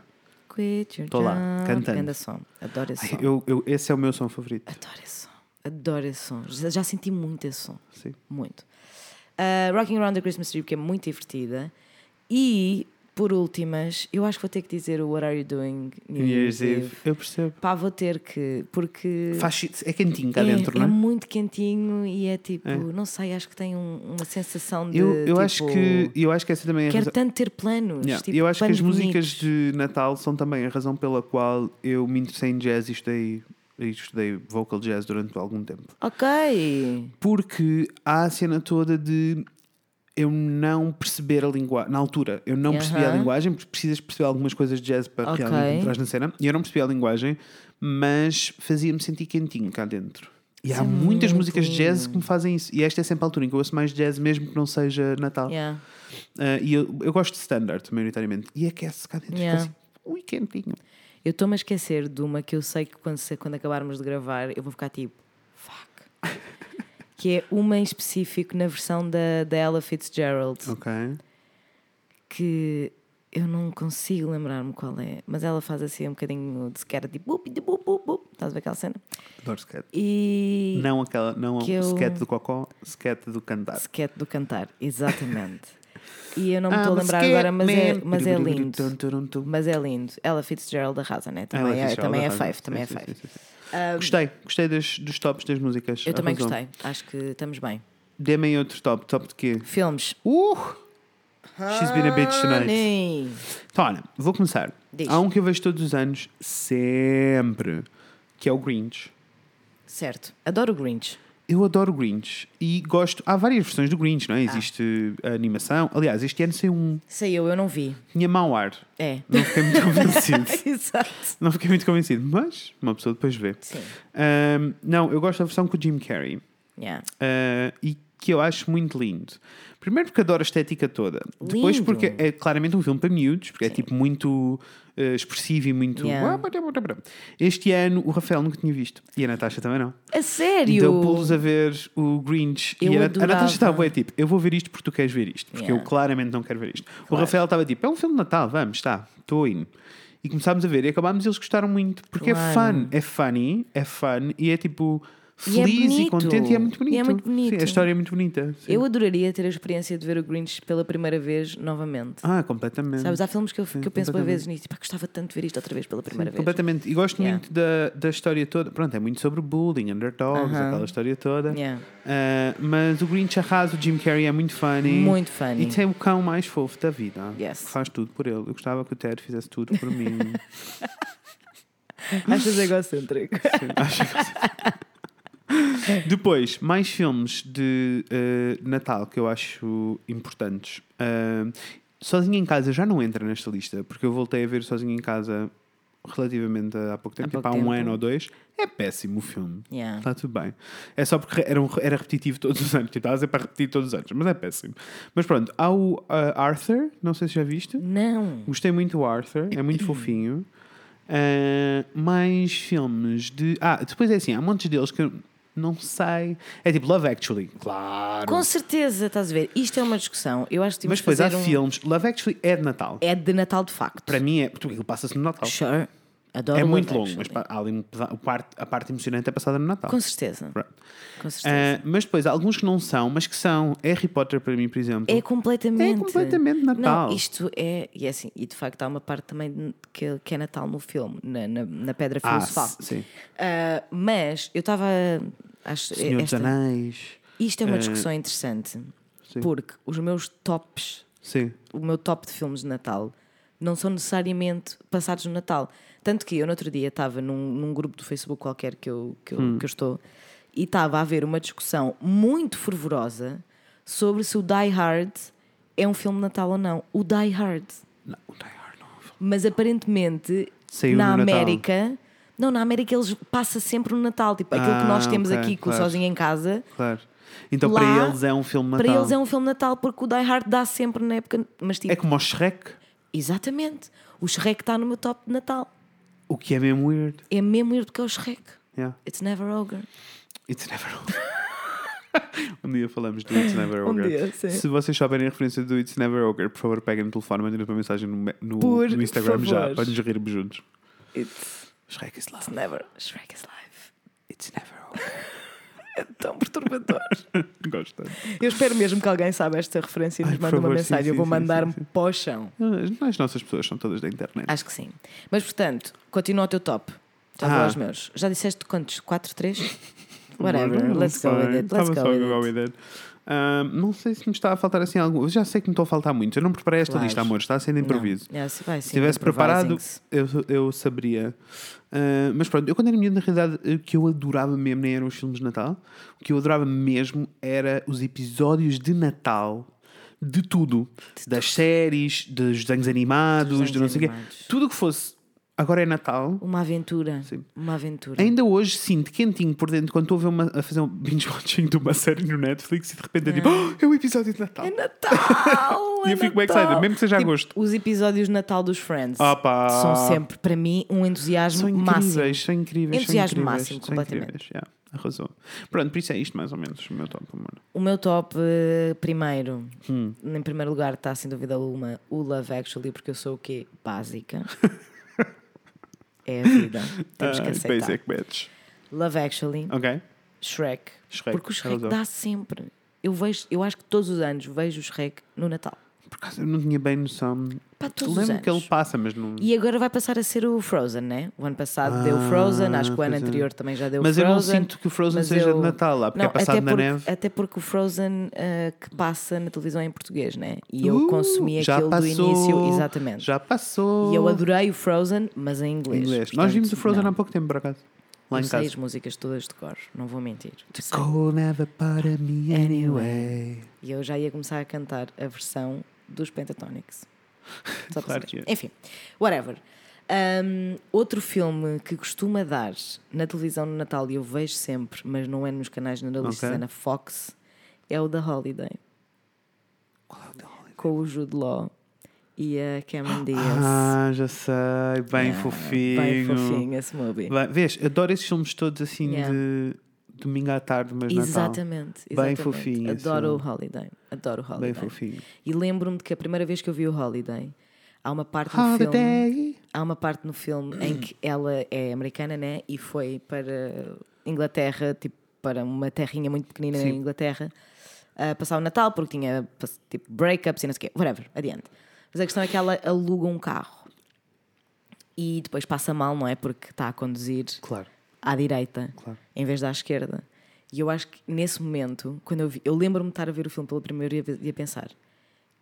A: Quit your
B: Tô lá,
A: job.
B: cantando.
A: Ganda som. Adoro esse
B: Ai,
A: som.
B: eu- eu- esse é o meu som favorito.
A: Adoro esse som. Adoro esse som. Já, já senti muito esse som.
B: Sim.
A: Muito. Uh, Rocking Around the Christmas Tree, porque é muito divertida. E, por últimas, eu acho que vou ter que dizer o What Are You Doing New Year's Eve.
B: é Eu percebo.
A: Pá, vou ter que. Porque.
B: Faz- é quentinho cá
A: é,
B: dentro,
A: é
B: não é?
A: muito quentinho e é tipo,
B: É.
A: não sei, acho que tem um- uma sensação de.
B: Eu, eu,
A: tipo,
B: acho que, eu acho que essa também é a
A: Quero
B: razão-
A: tanto ter planos.
B: Yeah,
A: tipo,
B: eu acho que as
A: planos
B: músicas
A: bonitos.
B: de Natal são também a razão pela qual eu me interessei em jazz e estudei, e estudei vocal jazz durante algum tempo.
A: Ok.
B: Porque há a cena toda de eu não perceber a linguagem. Na altura, eu não percebi a
A: Aham.
B: linguagem, porque precisas perceber algumas coisas de jazz para
A: Ok.
B: realmente entrar na cena. E eu não percebi a linguagem, mas fazia-me sentir quentinho cá dentro. E há
A: é
B: muitas
A: muito
B: músicas de jazz
A: lindo.
B: que me fazem isso. E esta é sempre a altura em que eu ouço mais jazz, mesmo que não seja Natal.
A: Yeah.
B: Ah, e eu, eu gosto de standard, maioritariamente. E aquece cá dentro.
A: Yeah.
B: Fica assim, ui, quentinho.
A: Eu estou-me a esquecer de uma que eu sei que quando, se- quando acabarmos de gravar eu vou ficar tipo, fuck. que é uma em específico na versão da, da Ella Fitzgerald,
B: Ok.
A: que eu não consigo lembrar-me qual é, mas ela faz assim um bocadinho de sequer, tipo, bup, de bup, bup, bup. Estás a ver aquela cena?
B: Adoro skate.
A: E.
B: Não aquela, não
A: que eu-
B: o skate do cocó, skate do cantar.
A: Sequer do cantar, exatamente. e eu não me
B: Ah,
A: estou a
B: mas
A: lembrar
B: skate,
A: agora, mas é,
B: man.
A: mas é lindo.
B: Tum, tum, tum.
A: Mas é lindo. Ella Fitzgerald arrasa, né?
B: Ah, Ela
A: Também é,
B: fixe, ela
A: também é
B: arrasa.
A: fave,
B: Sim,
A: também é
B: sim,
A: fave.
B: sim, sim, sim. Gostei, gostei das- dos tops das músicas.
A: Eu também
B: Arrasou.
A: gostei, acho que estamos bem.
B: Dê-me aí outro top. Top de quê?
A: Filmes. Ah,
B: Uh! She's been a bitch tonight.
A: Honey.
B: Então, olha, vou começar.
A: Diz.
B: Há um que eu vejo todos os anos, sempre, que é o Grinch.
A: Certo. Adoro o Grinch.
B: Eu adoro Grinch e gosto. Há várias versões do Grinch,
A: Ah.
B: não é? Existe a animação. Aliás, este ano saiu um.
A: Saiu, eu não vi.
B: Tinha mau ar.
A: É.
B: Não fiquei muito convencido.
A: Exato.
B: Não fiquei muito convencido, mas uma pessoa depois vê.
A: Sim.
B: Ahm, não, eu gosto da versão com o Jim Carrey
A: Yeah.
B: ah, e que eu acho muito lindo. Primeiro porque adoro a estética toda. Depois
A: Lindo.
B: porque é claramente um filme para miúdos, porque é tipo muito ah, expressivo e muito.
A: Yeah.
B: Este ano o Rafael nunca tinha visto e a Natasha também não.
A: A sério?
B: Deu pulos a ver o Grinch
A: Eu
B: e a, a
A: adorava.
B: Natasha estava é tipo, eu vou ver isto porque tu queres ver isto, porque eu
A: Yeah.
B: claramente não quero ver isto. O Rafael estava tipo, é um filme de Natal, vamos, está, estou indo. E começámos a ver e acabámos e eles gostaram muito, porque
A: Claro.
B: é fun, é funny, é fun e é tipo
A: E é
B: feliz e,
A: bonito.
B: contente e é muito
A: E
B: bonito.
A: é muito bonito.
B: Sim, a história é muito bonita. sim.
A: Eu adoraria ter a experiência de ver o Grinch pela primeira vez novamente.
B: Ah, completamente.
A: Sabes, há filmes que eu, que eu penso por
B: completamente.
A: vezes nisso. Tipo, "Ah, gostava tanto de ver isto outra vez pela primeira vez.
B: Completamente. E gosto
A: Yeah.
B: muito da, da história toda. Pronto, é muito sobre bullying, underdogs,
A: Aham.
B: aquela história toda.
A: Yeah.
B: Ah, mas o Grinch arrasa, o Jim Carrey é muito funny.
A: Muito funny.
B: E tem o cão mais fofo da vida.
A: Yes.
B: Que faz tudo por ele. Eu gostava que o Ted fizesse tudo por mim.
A: Achas egocêntrico?
B: Sim, acho que- Depois, mais filmes de eh, Natal que eu acho importantes. Ah, Sozinho em Casa já não entra nesta lista, porque eu voltei a ver Sozinho em Casa relativamente há pouco tempo,
A: Há
B: tipo
A: pouco
B: há um
A: tempo. Ah.
B: ano ou dois. É péssimo o filme.
A: Yeah.
B: Está tudo bem. É só porque era, um- era repetitivo todos os anos. Tipo, estava a dizer para repetir todos os anos, mas é péssimo. Mas pronto, há o ah, Arthur, não sei se já viste.
A: Não.
B: Gostei muito do Arthur, é muito fofinho. Ah, mais filmes de. Ah, depois é assim, há montes deles que eu não sei. É tipo Love Actually, claro.
A: Com certeza, estás a ver. Isto é uma discussão. Eu acho que temos
B: Mas
A: de
B: depois há
A: fazer um...
B: filmes. Love Actually é de Natal.
A: É de Natal de facto.
B: Para mim é. Porque aquilo passa-se no Natal.
A: Sure. Adoro
B: É
A: Love
B: muito longo, mas
A: Actually.
B: pá, há ali um pesa- a parte, a parte emocionante é passada no Natal.
A: Com certeza.
B: Pronto.
A: Com certeza.
B: Ah, mas depois há alguns que não são, mas que são. Harry Potter para mim, por exemplo.
A: É completamente.
B: É completamente Natal.
A: Não, isto é. E, é assim, e de facto há uma parte também de- que, que é Natal no filme, na, na, na Pedra
B: Ah,
A: Filosofal.
B: s- sim.
A: Ah, mas eu estava. Acho
B: Senhor dos
A: É esta-
B: Eh, Anéis.
A: isto é uma discussão interessante. Porque os meus tops
B: Sim.
A: o meu top de filmes de Natal não são necessariamente passados no Natal. Tanto que eu, no outro dia, estava num, num grupo do Facebook qualquer que eu, que eu,
B: Hum.
A: que eu estou e estava a haver uma discussão muito fervorosa sobre se o Die Hard é um filme de Natal ou não. O Die Hard.
B: Não, o Die Hard não é um filme.
A: Mas aparentemente,
B: Saiu
A: na
B: no Natal.
A: América. Não, na América eles passa sempre no Natal. Tipo, aquilo que
B: Ah,
A: nós temos
B: ok,
A: aqui com o
B: claro.
A: Sozinho em Casa.
B: Claro. Então
A: Lá,
B: para eles é um filme de Natal.
A: Para eles é um filme de Natal porque o Die Hard dá sempre na época. Mas tipo,
B: É como o Shrek,
A: Exatamente. O Shrek está no meu top de Natal.
B: o que é mesmo weird.
A: É mesmo ir do que é o Shrek.
B: Yeah.
A: It's never over.
B: It's never over. um dia falamos do It's Never
A: Um
B: Over.
A: dia, sim.
B: Se vocês souberem a referência do It's Never Over, por favor, peguem no telefone, mandem-nos uma mensagem no, me- no-
A: Por
B: no Instagram já,
A: favor.
B: para nos rirmos juntos.
A: It's
B: Shrek is love.
A: never. Shrek is live.
B: It's never over.
A: É tão perturbador.
B: Gosto.
A: Eu espero mesmo que alguém saiba esta referência e
B: Ai,
A: nos
B: por
A: mande uma
B: favor, sim,
A: mensagem. Eu
B: sim,
A: vou
B: sim,
A: mandar-me
B: sim, sim.
A: para o chão.
B: As, as nossas pessoas são todas da internet.
A: Acho que sim. Mas portanto, continua o teu top. Já vou
B: Ah.
A: aos meus. Já disseste quantos? 4, 3?
B: Não,
A: Whatever.
B: não
A: Let's go
B: sei.
A: with it. Let's
B: Estava
A: go
B: só a
A: with
B: go
A: it.
B: with it. Ahm, não sei se me está a faltar assim algum. Eu Já sei que me estão a faltar muito. Eu não preparei esta
A: Claro.
B: lista, amor. Está a ser de improviso.
A: Não. Yeah, se vai,
B: Se
A: sim,
B: tivesse preparado,
A: improvising-se.
B: eu, eu saberia. Ah, mas pronto, eu quando era miúdo, na realidade, o que eu adorava mesmo nem eram os filmes de Natal. O que eu adorava mesmo era os episódios de Natal de tudo. das séries, dos desenhos animados,
A: Dos
B: de não
A: desenhos
B: sei o quê.
A: animados.
B: Tudo o que fosse. Agora é Natal.
A: Uma aventura. Uma aventura.
B: Ainda hoje sinto quentinho por dentro quando estou a, ver uma- a fazer um binge-watching de uma série no Netflix e de repente é tipo, "Oh, é um episódio de Natal.
A: É Natal!
B: E
A: é
B: eu fico bem
A: Natal. Tipo,
B: excited, mesmo que seja agosto.
A: Os episódios de Natal dos Friends
B: Ah, pá.
A: são sempre, para mim, um entusiasmo
B: São incríveis,
A: máximo.
B: são incríveis. são
A: Entusiasmo
B: incríveis,
A: máximo,
B: são
A: completamente.
B: incríveis, yeah, arrasou. Pronto, por isso é isto mais ou menos o meu top, amor.
A: O meu top eh, primeiro,
B: Hum.
A: em primeiro lugar, está sem dúvida uma, o Love Actually, porque eu sou o quê? Básica. é a vida. Temos que
B: Ah,
A: aceitar.
B: basic bitch.
A: Love Actually,
B: Ok,
A: Shrek.
B: Shrek,
A: Porque o Shrek
B: arrasou.
A: dá sempre. Eu, vejo, eu acho que todos os anos vejo o Shrek no Natal.
B: Por acaso eu não tinha bem noção.
A: Pá, todos os
B: Lembro
A: anos.
B: que ele passa, mas não.
A: E agora vai passar a ser o Frozen, né? O ano passado deu
B: Ah,
A: Frozen, acho que o ano
B: pois é.
A: anterior também já deu
B: Mas eu
A: Frozen.
B: não sinto que o Frozen
A: mas
B: seja de Natal lá, porque é passado
A: até
B: na
A: porque,
B: neve.
A: Até porque o Frozen ah, que passa na televisão é em português, né? E eu
B: Uh,
A: consumi
B: já
A: aquilo
B: passou,
A: do início, exatamente.
B: Já passou.
A: E eu adorei o Frozen, mas em
B: Em
A: inglês.
B: inglês. Nós
A: portanto,
B: vimos o Frozen
A: não. é
B: há pouco tempo, por acaso. Lá
A: Eu
B: em
A: sei
B: casa.
A: as músicas todas de cor, não vou mentir. Sei.
B: Cold never parted me anyway.
A: E eu já ia começar a cantar a versão dos Pentatonics. Só para
B: Claro
A: saber.
B: que é.
A: Enfim, whatever. Um, outro filme que costuma dar na televisão no Natal e eu vejo sempre, mas não é nos canais generalistas,
B: Ok.
A: é na Fox, é o The Holiday,
B: é
A: com o Jude Law e a Cameron Diaz.
B: Ah, já sei. Bem
A: Yeah,
B: fofinho.
A: Bem fofinho esse movie.
B: Bem, vês, adoro esses filmes todos assim
A: Yeah.
B: de domingo à tarde, mas Natal.
A: Exatamente, exatamente.
B: Bem fofinho esse
A: Adoro
B: filme.
A: o Holiday. Adoro o
B: Bem
A: Holiday.
B: fofinho.
A: E lembro-me de que a primeira vez que eu vi o Holiday, há uma parte no filme.
B: Holiday.
A: há uma parte no filme em que ela é americana, né? E foi para Inglaterra, tipo, para uma terrinha muito pequenina na
B: Sim.
A: Inglaterra, a passar o Natal, porque tinha pass- tipo breakups e não sei o quê, whatever, adiante. Mas a questão é que ela aluga um carro e depois passa mal, não é? Porque está a conduzir
B: Claro.
A: à direita
B: Claro.
A: em vez da à esquerda. E eu acho que nesse momento, quando eu vi, eu lembro-me de estar a ver o filme pela primeira vez e a pensar: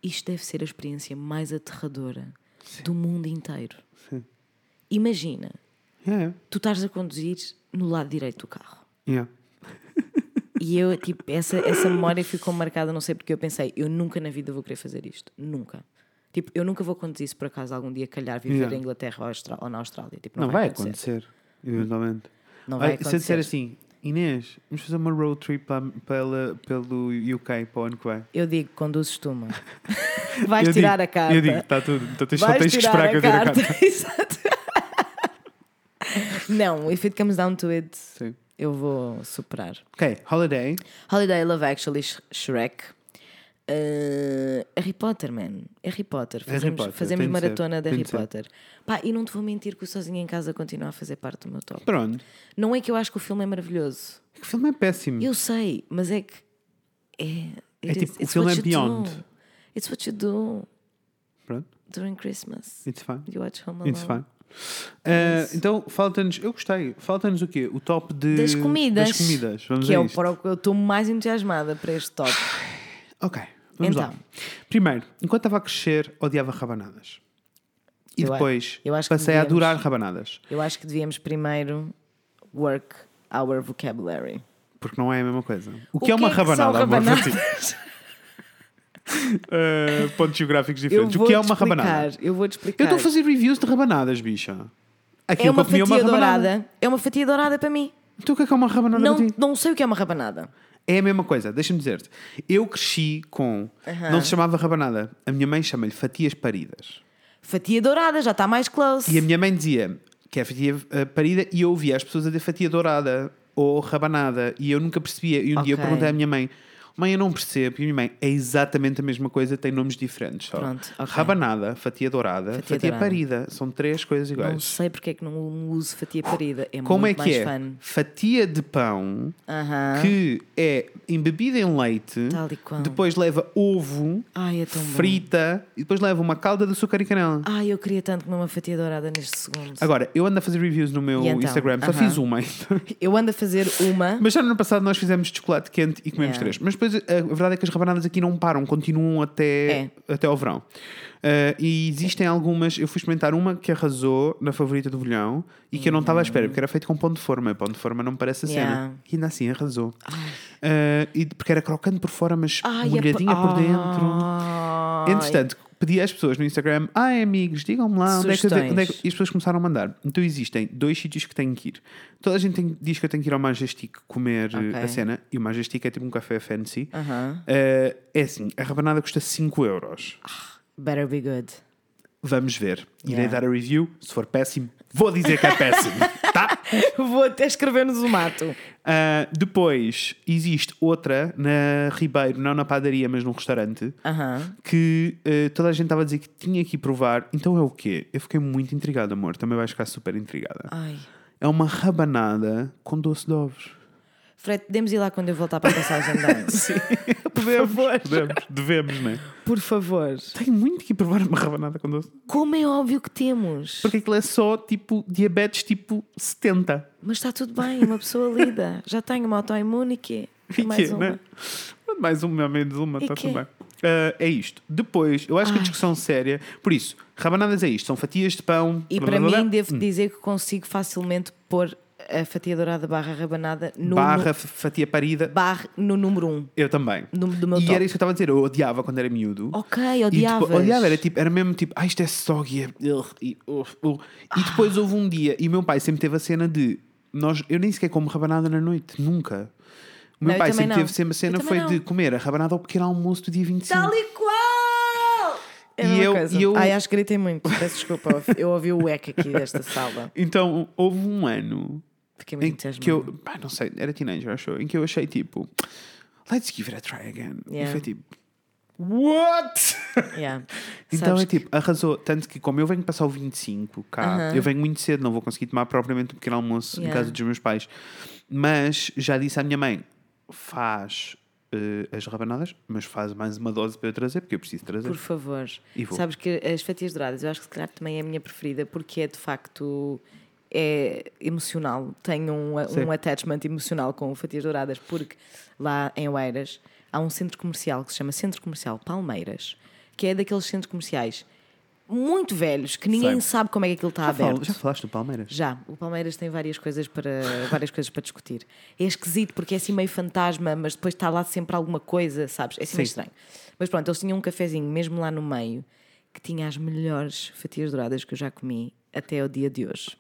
A: isto deve ser a experiência mais aterradora do mundo inteiro.
B: Sim.
A: Imagina,
B: Yeah.
A: tu estás a conduzir no lado direito do carro.
B: Yeah.
A: E eu, tipo, essa, essa memória ficou marcada, não sei porque eu pensei, eu nunca na vida vou querer fazer isto. Nunca. Tipo, eu nunca vou conduzir se por acaso algum dia calhar viver
B: Yeah.
A: na Inglaterra ou, Austra- ou na Austrália. Tipo,
B: Não,
A: não,
B: vai acontecer, eventualmente.
A: Não vai
B: Olha, Se eu disser
A: acontecer.
B: assim, Inês, vamos fazer uma road trip para, pela, pelo UK para o ano que vai.
A: Eu digo, conduzes tu, mano. Vais
B: Eu
A: tirar
B: digo-
A: a carta.
B: Eu digo, está tudo. Então tens, só
A: Vais
B: tens que
A: tirar
B: esperar que eu
A: a
B: tire a carta.
A: carta. Exato. Não, if it comes down to it,
B: Sim.
A: eu vou superar.
B: Ok, Holiday.
A: Holiday Love Actually, Sh- Shrek. Uh, Harry Potter, man. Harry Potter. Fazemos,
B: Potter,
A: fazemos
B: tem de ser,
A: maratona de
B: tem
A: Harry
B: de ser.
A: Potter. Pá, e não te vou mentir que o Sozinho em Casa continua a fazer parte do meu top.
B: Pronto.
A: Não é que eu acho que o filme é maravilhoso.
B: O filme é péssimo.
A: Eu sei, mas é que. É,
B: É
A: it
B: tipo,
A: is-
B: o
A: it's
B: filme
A: what
B: é
A: you do.
B: beyond.
A: It's what you do
B: Pronto,
A: during Christmas.
B: it's fine.
A: You watch Home Alone.
B: It's fine.
A: É
B: Uh, então, falta-nos, eu gostei, falta-nos o quê? O top de,
A: Das comidas.
B: das comidas. Vamos
A: que
B: a
A: é o
B: isto.
A: para o que eu estou mais entusiasmada para este top.
B: Ok, Vamos
A: Então.
B: lá. Primeiro, enquanto estava a crescer, odiava rabanadas. E
A: Eu a-
B: depois
A: eu acho que
B: passei a
A: devíamos-
B: adorar rabanadas.
A: Eu acho que devíamos primeiro work our vocabulary.
B: Porque não é a mesma coisa. O que,
A: que
B: é uma
A: é que são
B: rabanada, amor?
A: rabanadas?
B: Para ti? Eh, pontos geográficos
A: Eu
B: diferentes. O
A: vou
B: que é uma
A: explicar,
B: rabanada?
A: Eu vou te explicar.
B: Eu estou a fazer reviews de rabanadas, bicha. Aqui
A: É uma
B: comi
A: fatia
B: é uma rabanada.
A: dourada. É uma fatia dourada para mim.
B: Então o que é que é uma rabanada
A: Não,
B: para ti?
A: não sei o que é uma rabanada.
B: É a mesma coisa, deixa-me dizer-te. Eu cresci com. Não se chamava rabanada. A minha mãe chama-lhe fatias paridas.
A: Fatia dourada, já está mais close.
B: E a minha mãe dizia que é fatia eh, parida e eu ouvia as pessoas a dizer fatia dourada ou rabanada e eu nunca percebia. E um dia eu
A: Ok.
B: perguntei à minha mãe: Mãe, eu não percebo. E a minha mãe é exatamente a mesma coisa, tem nomes diferentes. Só.
A: Pronto, ok.
B: Rabanada, fatia dourada, fatia,
A: Fatia dourada.
B: parida. São três coisas iguais.
A: Não sei porque é que não uso fatia parida. É
B: Como
A: muito
B: é que
A: mais
B: é?
A: fun.
B: Fatia de pão
A: Aham.
B: que é embebida em leite,
A: Tal e qual.
B: depois leva ovo,
A: Ai, é tão bom. Ah.
B: frita e depois leva uma calda de açúcar e canela.
A: Ai, eu queria tanto comer uma fatia dourada neste segundo.
B: Agora, eu ando a fazer reviews no meu
A: E então?
B: Instagram,
A: Aham.
B: só fiz uma ainda.
A: Eu ando a fazer uma.
B: Mas já no ano passado nós fizemos de chocolate quente e comemos
A: Yeah.
B: três. Mas depois a verdade é que as rabanadas aqui não param, continuam até,
A: É.
B: até ao verão. Ah, e existem algumas. Eu fui experimentar uma que arrasou na favorita do bolhão e que eu não estava à espera, porque era feito com pão de forma. E pão de forma não me parece a
A: Uhum. Yeah.
B: cena. E ainda assim arrasou. Ah, e porque era crocante por fora, mas
A: Ai,
B: molhadinha
A: é...
B: por dentro.
A: Ai.
B: Entretanto, pedi às pessoas no Instagram, ai amigos, digam-me lá onde é, que eu tenho- onde é que-"
A: Sugestões.
B: E as pessoas começaram a mandar. Então existem dois sítios que tenho que ir. Toda a gente tem- diz que eu tenho que ir ao Majestic comer eh,
A: Ok. Ah.
B: a cena, e o Majestic é tipo um café fancy.
A: Aham.
B: Eh, é assim, a rabanada custa 5 euros.
A: Better be good.
B: Vamos ver. Irei
A: Yeah.
B: dar a review. Se for péssimo, vou dizer que é péssimo. tá?
A: Vou até escrever-nos o mato.
B: Ah, depois existe outra na Ribeiro, não na padaria, mas num restaurante.
A: Aham.
B: que eh, toda a gente estava a dizer que tinha que ir provar. Então é o quê? Eu fiquei muito intrigado, amor. Também vais ficar super intrigada.
A: Ai.
B: É uma rabanada com doce de ovos.
A: Fred, podemos ir lá quando eu voltar para a passagem de ano?
B: Podemos,
A: favor.
B: podemos. Devemos, não é?
A: Por favor.
B: Tenho muito que ir provar uma rabanada com doce.
A: Como é óbvio que temos.
B: Porque aquilo é só tipo diabetes tipo 70.
A: Mas está tudo bem, uma pessoa lida. Já tenho uma autoimune e quê?
B: E
A: Mais
B: quê,
A: uma.
B: né? Mais uma, menos uma,
A: E
B: está
A: quê? Ah.
B: tudo bem. Ah, é isto. Depois, eu acho que a
A: Ai.
B: discussão séria. Por isso, rabanadas é isto. São fatias de pão.
A: E
B: blá,
A: para
B: blá, blá,
A: mim,
B: blá.
A: devo dizer que consigo facilmente pôr a fatia dourada barra rabanada no,
B: Barra, fatia parida.
A: barra, no número 1. Um.
B: Eu também.
A: No- do meu
B: e
A: top.
B: era isso que eu estava a dizer. Eu odiava quando era miúdo.
A: Ok,
B: E depois-
A: odiavas.
B: odiava, era, tipo, era mesmo tipo, ah, isto é soggy. é- ugh, E, ugh, ugh." E depois houve um dia, e meu pai sempre teve a cena de. Nós, eu nem sequer como rabanada na noite, nunca. O meu
A: Não, eu
B: pai
A: também
B: sempre
A: não.
B: teve sempre a
A: Eu
B: cena
A: também
B: foi
A: não. Tá
B: de comer a rabanada ao pequeno almoço do dia 25.
A: Tal e qual! É a
B: assim, E
A: mesma
B: eu-
A: coisa.
B: e eu-
A: Ai, acho que gritei muito. Peço desculpa, eu ouvi o eco aqui desta sala.
B: Então houve um ano
A: Fiquei muito
B: em
A: entusiasmada.
B: que eu, pá, não sei, era teenager, acho eu, em que eu achei tipo, let's give it a try again. E
A: Yeah.
B: foi tipo, what?
A: Yeah.
B: Então
A: Sabes
B: é tipo, arrasou. Tanto que, como eu venho passar o 25 cá,
A: Aham.
B: eu venho muito cedo, não vou conseguir tomar propriamente um pequeno almoço em
A: Yeah.
B: casa dos meus pais. Mas já disse à minha mãe: faz eh, as rabanadas, mas faz mais uma dose para eu trazer, porque eu preciso trazer.
A: Por favor.
B: E vou.
A: Sabes que as fatias douradas, eu acho que se calhar também é a minha preferida, porque é de facto é emocional. Tenho um,
B: Sim.
A: um attachment emocional com fatias douradas, porque lá em Oeiras há um centro comercial que se chama Centro Comercial Palmeiras, que é daqueles centros comerciais muito velhos que ninguém
B: Sei.
A: sabe como é que aquilo está
B: já, fal-
A: aberto.
B: já falaste do Palmeiras?
A: Já, o Palmeiras tem várias coisas para várias coisas para discutir. É esquisito porque é assim meio fantasma, mas depois está lá sempre alguma coisa, sabes? É assim meio
B: Sim.
A: estranho. Mas pronto, eles tinham um cafezinho mesmo lá no meio que tinha as melhores fatias douradas que eu já comi até o dia de hoje.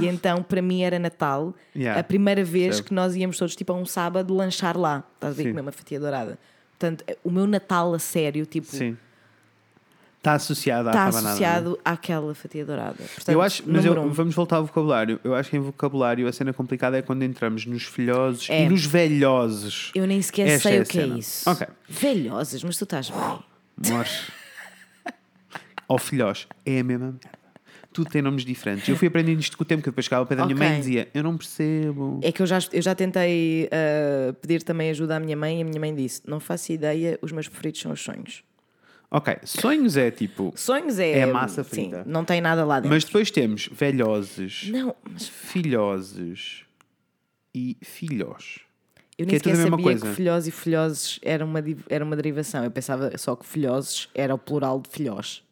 A: E então, para mim era Natal,
B: Yeah,
A: a primeira vez
B: percebo.
A: que nós íamos todos tipo a um sábado lanchar lá, estás a ver
B: Sim.
A: comer uma fatia dourada. Portanto, é, o meu Natal a sério, tipo,
B: Sim. Está associado à
A: está
B: rabanada. não é?
A: associado àquela fatia dourada. Portanto,
B: Eu acho, mas eu-
A: número um.
B: vamos voltar ao vocabulário. Eu acho que em vocabulário a cena complicada é quando entramos nos filhosos
A: É.
B: e nos velhosos.
A: Eu nem sequer
B: Esta
A: sei
B: é a
A: o que é
B: cena.
A: isso.
B: Ok.
A: Velhosas, mas tu estás bem.
B: Amor. Ou filhós, é a mesma merda. Tudo tem nomes diferentes. Eu fui aprendendo isto com o tempo que eu depois chegava ao pé da minha mãe e
A: Ok.
B: dizia: Eu não percebo.
A: É que eu já, eu já tentei ah, pedir também ajuda à minha mãe e a minha mãe disse: Não faço ideia, os meus preferidos são os sonhos.
B: Ok, sonhos é tipo.
A: Sonhos é.
B: É a massa
A: sim,
B: frita.
A: não tem nada lá dentro.
B: Mas depois temos velhoses,
A: Não, mas
B: filhoses e filhós.
A: Eu
B: Que
A: nem
B: é tudo a
A: sequer
B: mesma
A: sabia
B: coisa.
A: que filhós e filhoses era uma, div- era uma derivação. Eu pensava só que filhoses era o plural de filhós.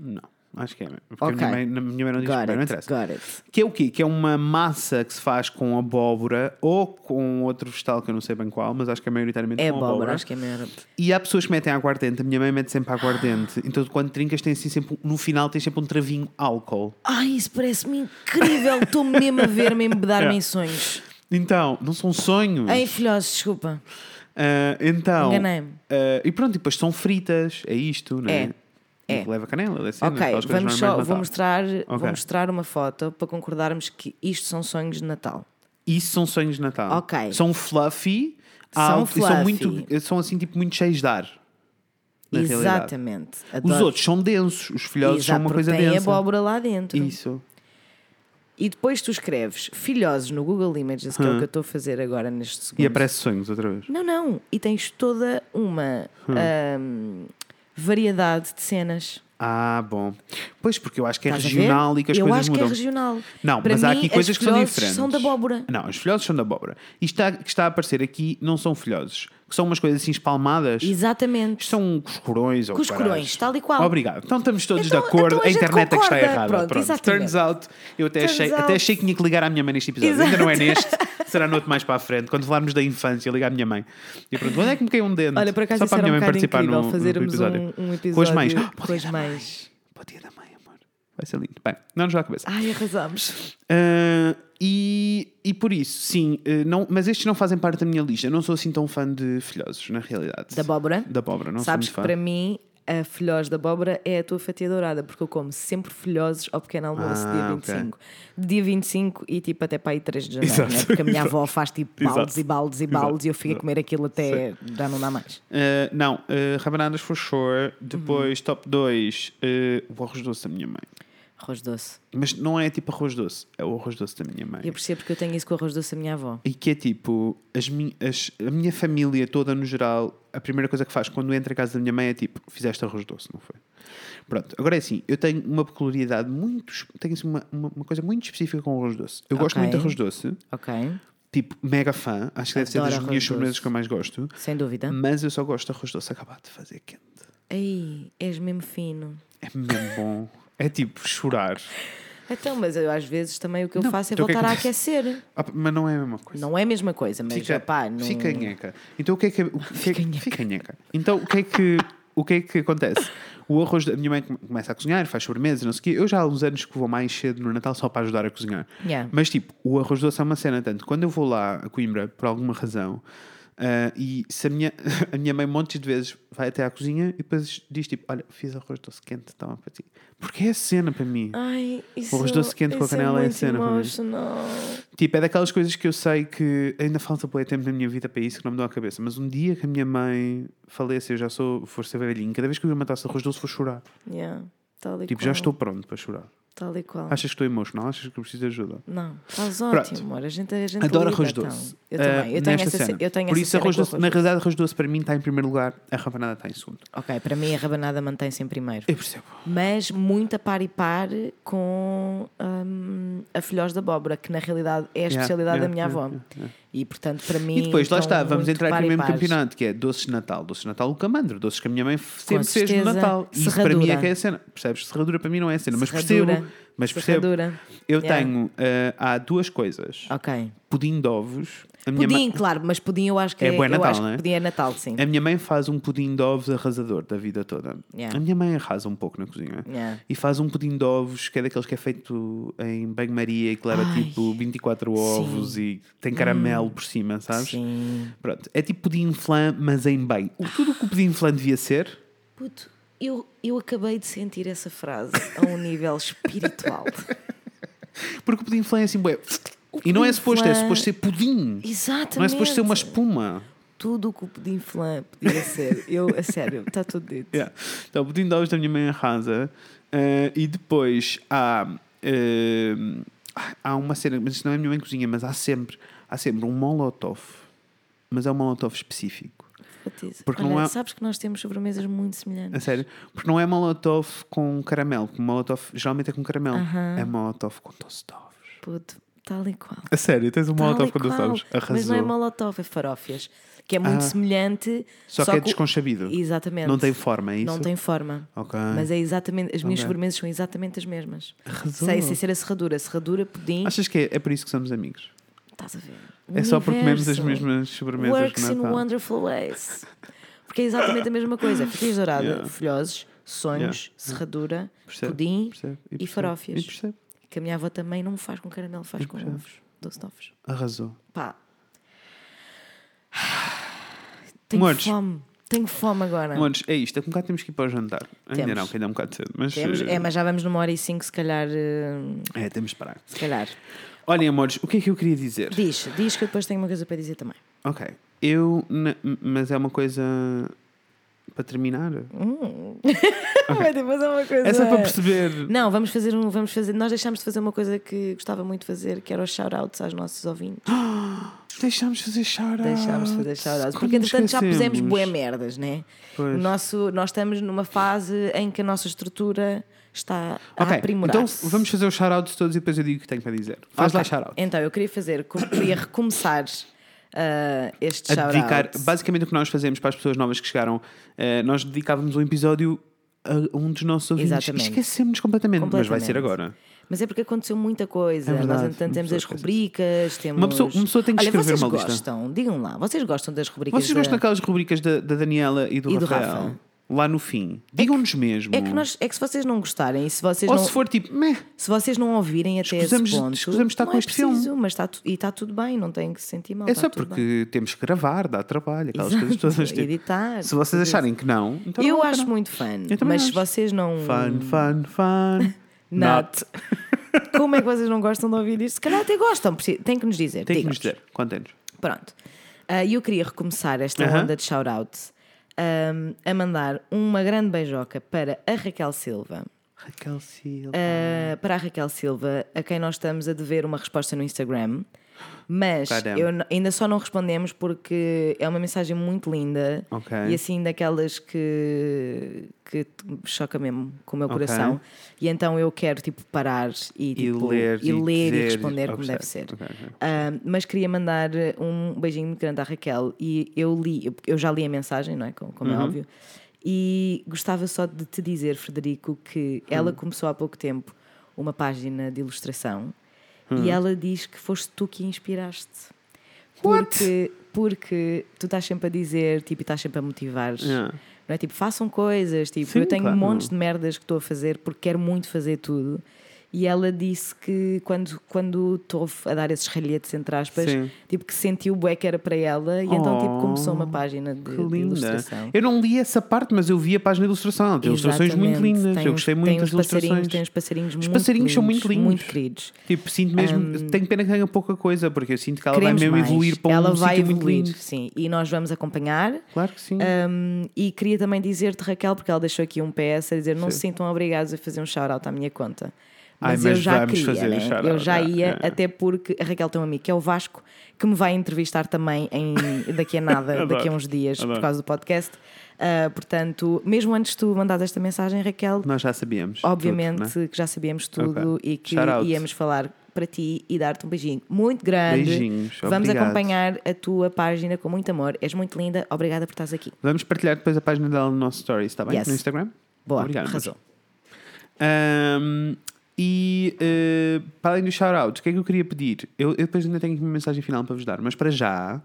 B: Não, acho que é mesmo. Porque a
A: Ok.
B: minha mãe, na minha mãe não diz
A: Got
B: bem, não
A: it,
B: interessa.
A: got it.
B: Que é o quê? Que é uma massa que se faz com abóbora ou com outro vegetal que eu não sei bem qual, mas acho que é maioritariamente
A: É
B: com abóbora.
A: abóbora, acho que é melhor.
B: E há pessoas que metem aguardente. A minha mãe mete sempre aguardente. Então quando trincas tem assim sempre, no final tens sempre um travinho álcool.
A: Ai, isso parece-me incrível. Estou mesmo a ver-me
B: É.
A: embedar-me em sonhos.
B: Então, não são sonhos.
A: Ai, filhoses, desculpa.
B: Ah, então.
A: Enganei-me.
B: ah, e pronto, e depois são fritas, é isto, não é?
A: É, é.
B: E Leva canela, deve ser,
A: Ok,
B: aquelas coisas
A: vamos
B: normais
A: só,
B: de
A: vou
B: Natal.
A: mostrar, vou
B: Ok.
A: mostrar uma foto para concordarmos que isto são sonhos de Natal.
B: Isso são sonhos de Natal.
A: Ok.
B: São fluffy,
A: São
B: alto, e são
A: fluffy.
B: muito, são assim tipo muito cheios de ar. na realidade.
A: Exatamente.
B: Os
A: Adoro.
B: outros são densos, os filhosos
A: Exato, é
B: são uma
A: porque
B: coisa
A: tem
B: densa.
A: abóbora lá dentro.
B: Isso.
A: E depois tu escreves filhoses no Google Images, que é o que eu estou a fazer agora neste segundo.
B: E aparece sonhos outra vez.
A: Não, não. E tens toda uma ahm, variedade de cenas.
B: Ah, bom. Pois, porque eu acho que é
A: Estás a ver?
B: regional e que as
A: eu
B: coisas
A: acho
B: mudam.
A: que é regional.
B: Não,
A: Para
B: mas há
A: mim,
B: aqui coisas
A: as
B: que são
A: filhoses
B: diferentes.
A: são da abóbora.
B: Não, os filhosos são da abóbora. E está, que está a aparecer aqui não são filhosos, que são umas coisas assim espalmadas.
A: Exatamente.
B: São cuscurões ou
A: Cuscurões,
B: caralhos.
A: tal e qual.
B: Obrigado. Então estamos todos
A: Então-
B: de acordo.
A: então a
B: a,
A: gente
B: internet é que está
A: concorda.
B: errada.
A: Pronto, exatamente.
B: Turns out, eu até
A: Turns
B: achei,
A: out.
B: até achei que tinha que ligar à minha mãe neste episódio. Ainda não é neste, será no outro mais para a frente. Quando falarmos da infância, ligar à minha mãe. E pronto, onde é que me caiu um dente?
A: Olha, por acaso
B: Só
A: isso
B: para a
A: era
B: minha
A: um
B: mãe
A: bocado
B: participar
A: incrível
B: no, no
A: fazermos
B: episódio.
A: um, um episódio
B: Com as mães. Ah, bom
A: Com as
B: dia da mãe.
A: mães.
B: Bom dia da mãe, amor. Vai ser lindo. Bem, não nos dá a cabeça.
A: Ai, arrasamos.
B: Ah, e, e por isso, sim, eh, não, mas estes não fazem parte da minha lista. Eu não sou assim tão fã de filhosos, na realidade.
A: Da abóbora?
B: Da abóbora, não
A: Sabes que
B: sou
A: para
B: muito fã.
A: mim a filhós da abóbora é a tua fatia dourada, porque eu como sempre filhoses ao pequeno almoço,
B: Ah,
A: dia 25. Dia 25 e tipo até para aí 3 de janeiro,
B: Exato,
A: né? porque a minha avó faz tipo
B: Exato.
A: baldes e baldes e baldes e eu fico a comer aquilo até já não dá mais.
B: Ah, não, ah, rabanadas for sure.
A: Uhum.
B: Depois, top 2, o arroz doce da minha mãe.
A: Arroz doce.
B: Mas não é tipo arroz doce, é o arroz doce da minha mãe.
A: Eu percebo porque eu tenho isso com o arroz doce da minha avó.
B: E que é tipo, as mi- as- a minha família toda no geral, a primeira coisa que faz quando entra à casa da minha mãe é tipo, fizeste arroz doce, não foi? Pronto, agora é assim, eu tenho uma peculiaridade muito, es- tenho assim, uma, uma, uma coisa muito específica com arroz doce. Eu gosto
A: Ok.
B: muito de arroz doce,
A: Ok?
B: tipo, mega fã, acho que deve ser
A: Adoro
B: das
A: arroz
B: minhas
A: doce. Uhum.
B: sobremesas que eu mais gosto,
A: Sem dúvida.
B: mas eu só gosto de arroz doce acabado de fazer quente.
A: Ai, és mesmo fino.
B: É mesmo bom. É tipo chorar.
A: Então, mas eu às vezes também o que eu
B: Não,
A: faço é
B: então o que é
A: voltar
B: que
A: a
B: acontece?
A: aquecer.
B: Ah, p- Mas não é a mesma coisa.
A: Não é a mesma coisa, mas
B: fica,
A: pá, não...
B: fica nheca. Então o que é que, o que,
A: Fica nheca.
B: fica nheca. Então o que é que o que é que acontece? O arroz da minha mãe come- começa a cozinhar, faz sobremesas, não sei o quê. Eu já há uns anos que vou mais cedo no Natal só para ajudar a cozinhar.
A: Yeah.
B: Mas tipo, o arroz doce é uma cena tanto. Quando eu vou lá a Coimbra por alguma razão, ah, e se a minha, a minha mãe montes de vezes vai até à cozinha e depois diz tipo, olha, fiz arroz doce quente, toma para ti. Porque é a cena para mim.
A: Ai, isso,
B: arroz doce quente com a
A: isso
B: canela é
A: muito
B: cena para mim.
A: emotional.
B: Tipo, é daquelas coisas que eu sei que ainda falta bué tempo na minha vida para isso que não me dão à cabeça. Mas um dia que a minha mãe faleça, eu já sou, for ser velhinho, cada vez que eu vi uma taça de arroz doce vou chorar.
A: Yeah, tal e
B: Tipo,
A: qual.
B: já estou pronto para chorar.
A: Tal e qual.
B: Achas que estou emocional? Achas que eu preciso de ajuda?
A: Não, estás
B: Pronto.
A: ótimo, amor. A gente, a gente
B: Adoro
A: lida,
B: arroz
A: então.
B: doce.
A: Eu
B: Ah,
A: também. Eu tenho
B: nesta
A: essa, ce-
B: cena.
A: eu tenho
B: Por
A: essa
B: isso,
A: cena
B: arroz
A: com
B: doce,
A: arroz
B: na realidade, arroz doce para mim está em primeiro lugar, a rabanada É está em segundo.
A: Ok, para mim a rabanada mantém-se em primeiro.
B: Eu percebo.
A: Mas muito a par e par com hum, a filhós da abóbora, que na realidade é a
B: Yeah,
A: especialidade
B: yeah,
A: da minha
B: yeah,
A: avó. E portanto, para mim.
B: E depois,
A: estão
B: lá está, vamos
A: Então, muito
B: entrar
A: par
B: aqui no
A: e
B: mesmo
A: pares.
B: campeonato, que é doces de Natal. Doces de Natal, o camandro. Doces que a minha mãe sempre fez no
A: certeza.
B: Natal. E Isso para mim é
A: Serradura.
B: que é a cena. Percebes? Serradura para mim não é a cena, mas
A: Serradura.
B: percebo. Mas percebo.
A: Serradura.
B: Eu
A: Yeah.
B: tenho, ah, há duas coisas.
A: Ok.
B: pudim de ovos. A minha,
A: Pudim,
B: mãe,
A: claro, mas pudim eu acho que
B: É
A: é.
B: bué
A: eu
B: Natal,
A: acho
B: não é?
A: que pudim é Natal, sim.
B: a minha mãe faz um pudim de ovos arrasador da vida toda.
A: Yeah.
B: A minha mãe arrasa um pouco na cozinha.
A: Yeah.
B: E faz um pudim de ovos que é daqueles que é feito em banho-maria e que leva
A: Ai. Hum.
B: tipo 24 ovos e tem caramelo por cima, sabes?
A: Sim.
B: Pronto, é tipo pudim flan, mas em bem. O- Tudo o que o pudim flan devia ser.
A: Puto, eu, eu acabei de sentir essa frase a um nível espiritual.
B: Porque o pudim flan é assim, bué.
A: O
B: E não é
A: pudim
B: suposto, é
A: flan-
B: suposto ser pudim.
A: Exatamente.
B: Não é suposto ser uma espuma.
A: Tudo o que o pudim flan podia ser. Eu, a sério, está tudo dito.
B: Yeah. Então, pudim de ovos da minha mãe arrasa. Eh, e depois há. eh, há uma cena, mas isso não é a minha mãe cozinha, mas há sempre, há sempre um molotov. Mas é um molotov específico.
A: Patrícia,
B: Porque
A: olha,
B: não é- há-
A: sabes que nós temos sobremesas muito semelhantes.
B: A sério. Porque não é molotov com caramelo. Porque molotov geralmente é com caramelo.
A: Aham.
B: É molotov com tostados.
A: Puto, Tal e qual.
B: A sério, tens um molotov
A: Tal e
B: quando
A: qual.
B: sabes. Arrasou.
A: Mas não é molotov, é farófias. Que é muito
B: Ah.
A: semelhante.
B: Só que é
A: o-
B: desconchabido.
A: Exatamente.
B: Não tem forma, Ah. é isso?
A: Não tem forma.
B: Ok.
A: Mas é exatamente. As minhas
B: Ok.
A: sobremesas são exatamente as mesmas.
B: Arrasou.
A: Sem, sem ser a serradura. Serradura, pudim.
B: Achas que é, é por isso que somos amigos?
A: Estás a ver?
B: É só porque comemos as
A: Universo.
B: mesmas sobremesas
A: Works
B: de
A: in
B: Natal.
A: wonderful ways. Porque é exatamente a mesma coisa. Fatias dourada,
B: Yeah.
A: folhosos, sonhos, serradura,
B: Percebo,
A: pudim
B: percebo,
A: e,
B: percebo,
A: farófias.
B: E percebo.
A: Que a minha avó também não faz com caramelo, faz com
B: percebo.
A: ovos. Doce de ovos.
B: Arrasou.
A: Pá. Tenho
B: Mortes.
A: fome. Tenho fome agora.
B: Manos, é isto. Daqui a um bocado temos que ir para o jantar. Ainda
A: Temos.
B: não, que ainda é um bocado cedo. Mas,
A: Temos-
B: eh,
A: é, mas já vamos numa hora e cinco, se calhar. eh,
B: é, temos de parar.
A: Se calhar.
B: Olhem, amores, o que é que eu queria dizer?
A: Diz, diz que eu depois tenho uma coisa para dizer também.
B: Ok. Eu. na- mas é uma coisa. Para terminar?
A: Vai ter que fazer uma coisa.
B: É só para perceber.
A: Não, vamos fazer um. Vamos fazer, nós deixámos de fazer uma coisa que gostava muito de fazer, que era os shout-outs aos nossos ouvintes.
B: Deixámos de fazer shoutouts.
A: Deixámos de fazer shout-outs.
B: Ah, Como
A: Porque entretanto já pusemos
B: esquecemos?
A: bué merdas, né?
B: Pois.
A: O nosso, nós estamos numa fase em que a nossa estrutura está a
B: Ok,
A: aprimorar.
B: então vamos fazer os shoutouts todos e depois eu digo o que tenho para dizer. Faz lá shoutout.
A: Então, eu queria fazer, co- queria recomeçar ah, este
B: a
A: shout-out.
B: dedicar. Basicamente, o que nós fazemos para as pessoas novas que chegaram, eh, nós dedicávamos um episódio a um dos nossos ouvintes
A: Exatamente.
B: e esquecemos completamente, mas vai ser
A: Completamente.
B: agora.
A: Mas é porque aconteceu muita coisa.
B: É verdade,
A: Nós, entretanto,
B: uma
A: temos
B: pessoa
A: as
B: esquece.
A: rubricas, temos.
B: Uma pessoa- uma pessoa tem que
A: Olha,
B: escrever
A: vocês
B: uma lista.
A: gostam, digam lá, vocês gostam das rubricas?
B: Vocês gostam
A: da-
B: daquelas rubricas da, da Daniela e do,
A: E do
B: Rafael?
A: Rafa.
B: Lá no fim. Digam-nos mesmo.
A: É que, nós, é que se vocês não gostarem e se vocês,
B: Hum. Ou
A: não,
B: se for tipo, meh,
A: se vocês não ouvirem até
B: Escusamos-
A: esse ponto,
B: escusamos estar
A: não
B: com
A: é
B: este filme.
A: preciso, mas está, tu- e está tudo bem, não tem que se sentir mal.
B: é
A: está
B: só
A: tá tudo
B: porque
A: bem.
B: temos que gravar, dá trabalho, aquelas
A: Exato,
B: coisas todas. tipo.
A: editar,
B: se vocês
A: tudo isso.
B: acharem que não, então
A: Eu
B: não,
A: acho
B: então
A: muito fun,
B: Eu também
A: mas se
B: acho.
A: vocês não.
B: não. Fun, fun, fun.
A: Not. Como é que vocês não gostam de ouvir isto? Se calhar até gostam, preci- tem que nos dizer.
B: Tem que nos
A: digam-nos.
B: dizer. Contem-nos.
A: Pronto. Ah, E eu queria recomeçar esta
B: Aham.
A: onda de shout-out ahm, a mandar uma grande beijoca para a Raquel Silva.
B: Raquel Silva.
A: Ah, para a Raquel Silva, a quem nós estamos a dever uma resposta no Instagram. Mas
B: Caramba.
A: eu n- ainda só não respondemos porque é uma mensagem muito linda
B: Ok.
A: e assim daquelas que, que te choca mesmo com o meu
B: Ok.
A: coração. E então eu quero tipo parar e, tipo,
B: ler
A: e,
B: e
A: ler e
B: dizer-
A: responder
B: ok,
A: como deve ser.
B: ok, ok.
A: Ah, mas queria mandar um beijinho muito grande à Raquel e eu li, eu- eu já li a mensagem, não é? Como, como é óbvio. E gostava só de te dizer, Frederico, que ela começou há pouco tempo uma página de ilustração e ela diz que foste tu que a inspiraste. Porque, porque tu estás sempre a dizer, tipo, e estás sempre a motivar.
B: Yeah.
A: Não é? Tipo, façam coisas, tipo,
B: Sim,
A: eu tenho
B: claro.
A: montes de merdas que estou a fazer porque quero muito fazer tudo. E ela disse que quando quando estou a dar esses ralhetes entre aspas,
B: Sim. Oh,
A: tipo que sentiu bué que era para ela e então tipo começou uma página de,
B: Que
A: de
B: linda.
A: ilustração.
B: Eu não li essa parte, mas eu vi a página de ilustração. Ela Tem ilustrações muito
A: Exatamente.
B: lindas.
A: Tem
B: eu
A: uns-
B: gostei muito
A: tem
B: das
A: uns passarinhos,
B: ilustrações.
A: tem uns passarinhos
B: Os
A: muito
B: passarinhos são muito lindos.
A: Muito queridos.
B: Tipo, sinto mesmo. tenho pena que tenha pouca coisa, porque eu sinto que ela vai
A: Queremos
B: mesmo
A: mais.
B: evoluir para
A: ela
B: um
A: vai
B: sítio muito
A: evoluir,
B: lindo.
A: sim. E nós vamos acompanhar.
B: Claro que sim.
A: Um, e queria também dizer-te, Raquel, porque ela deixou aqui um PS a dizer: não se sintam obrigados a fazer um shout-out à minha conta.
B: Ai,
A: Mas,
B: mas
A: eu já
B: vamos
A: queria,
B: fazer um
A: né?
B: shout-out,
A: eu já
B: é,
A: ia,
B: é.
A: até porque a Raquel tem um amigo que é o Vasco, que me vai entrevistar também em, daqui a nada,
B: Adoro,
A: daqui a uns dias,
B: adoro.
A: por causa do podcast. Uh, portanto, mesmo antes de tu mandares esta mensagem, Raquel,
B: Nós já sabíamos.
A: obviamente
B: tudo, né?
A: que já sabíamos tudo
B: Ok.
A: e que
B: Shout-out.
A: íamos falar para ti e dar-te um beijinho muito grande.
B: Beijinhos,
A: Vamos
B: obrigado.
A: acompanhar a tua página com muito amor. És muito linda, obrigada por estares aqui.
B: Vamos partilhar depois a página dela no nosso Stories, está bem?
A: Yes.
B: No Instagram?
A: Boa,
B: Obrigado. amor.
A: razão.
B: Ahm, e eh, para além do shout-out, o que é que eu queria pedir? Eu, eu depois ainda tenho aqui uma mensagem final para vos dar, mas para já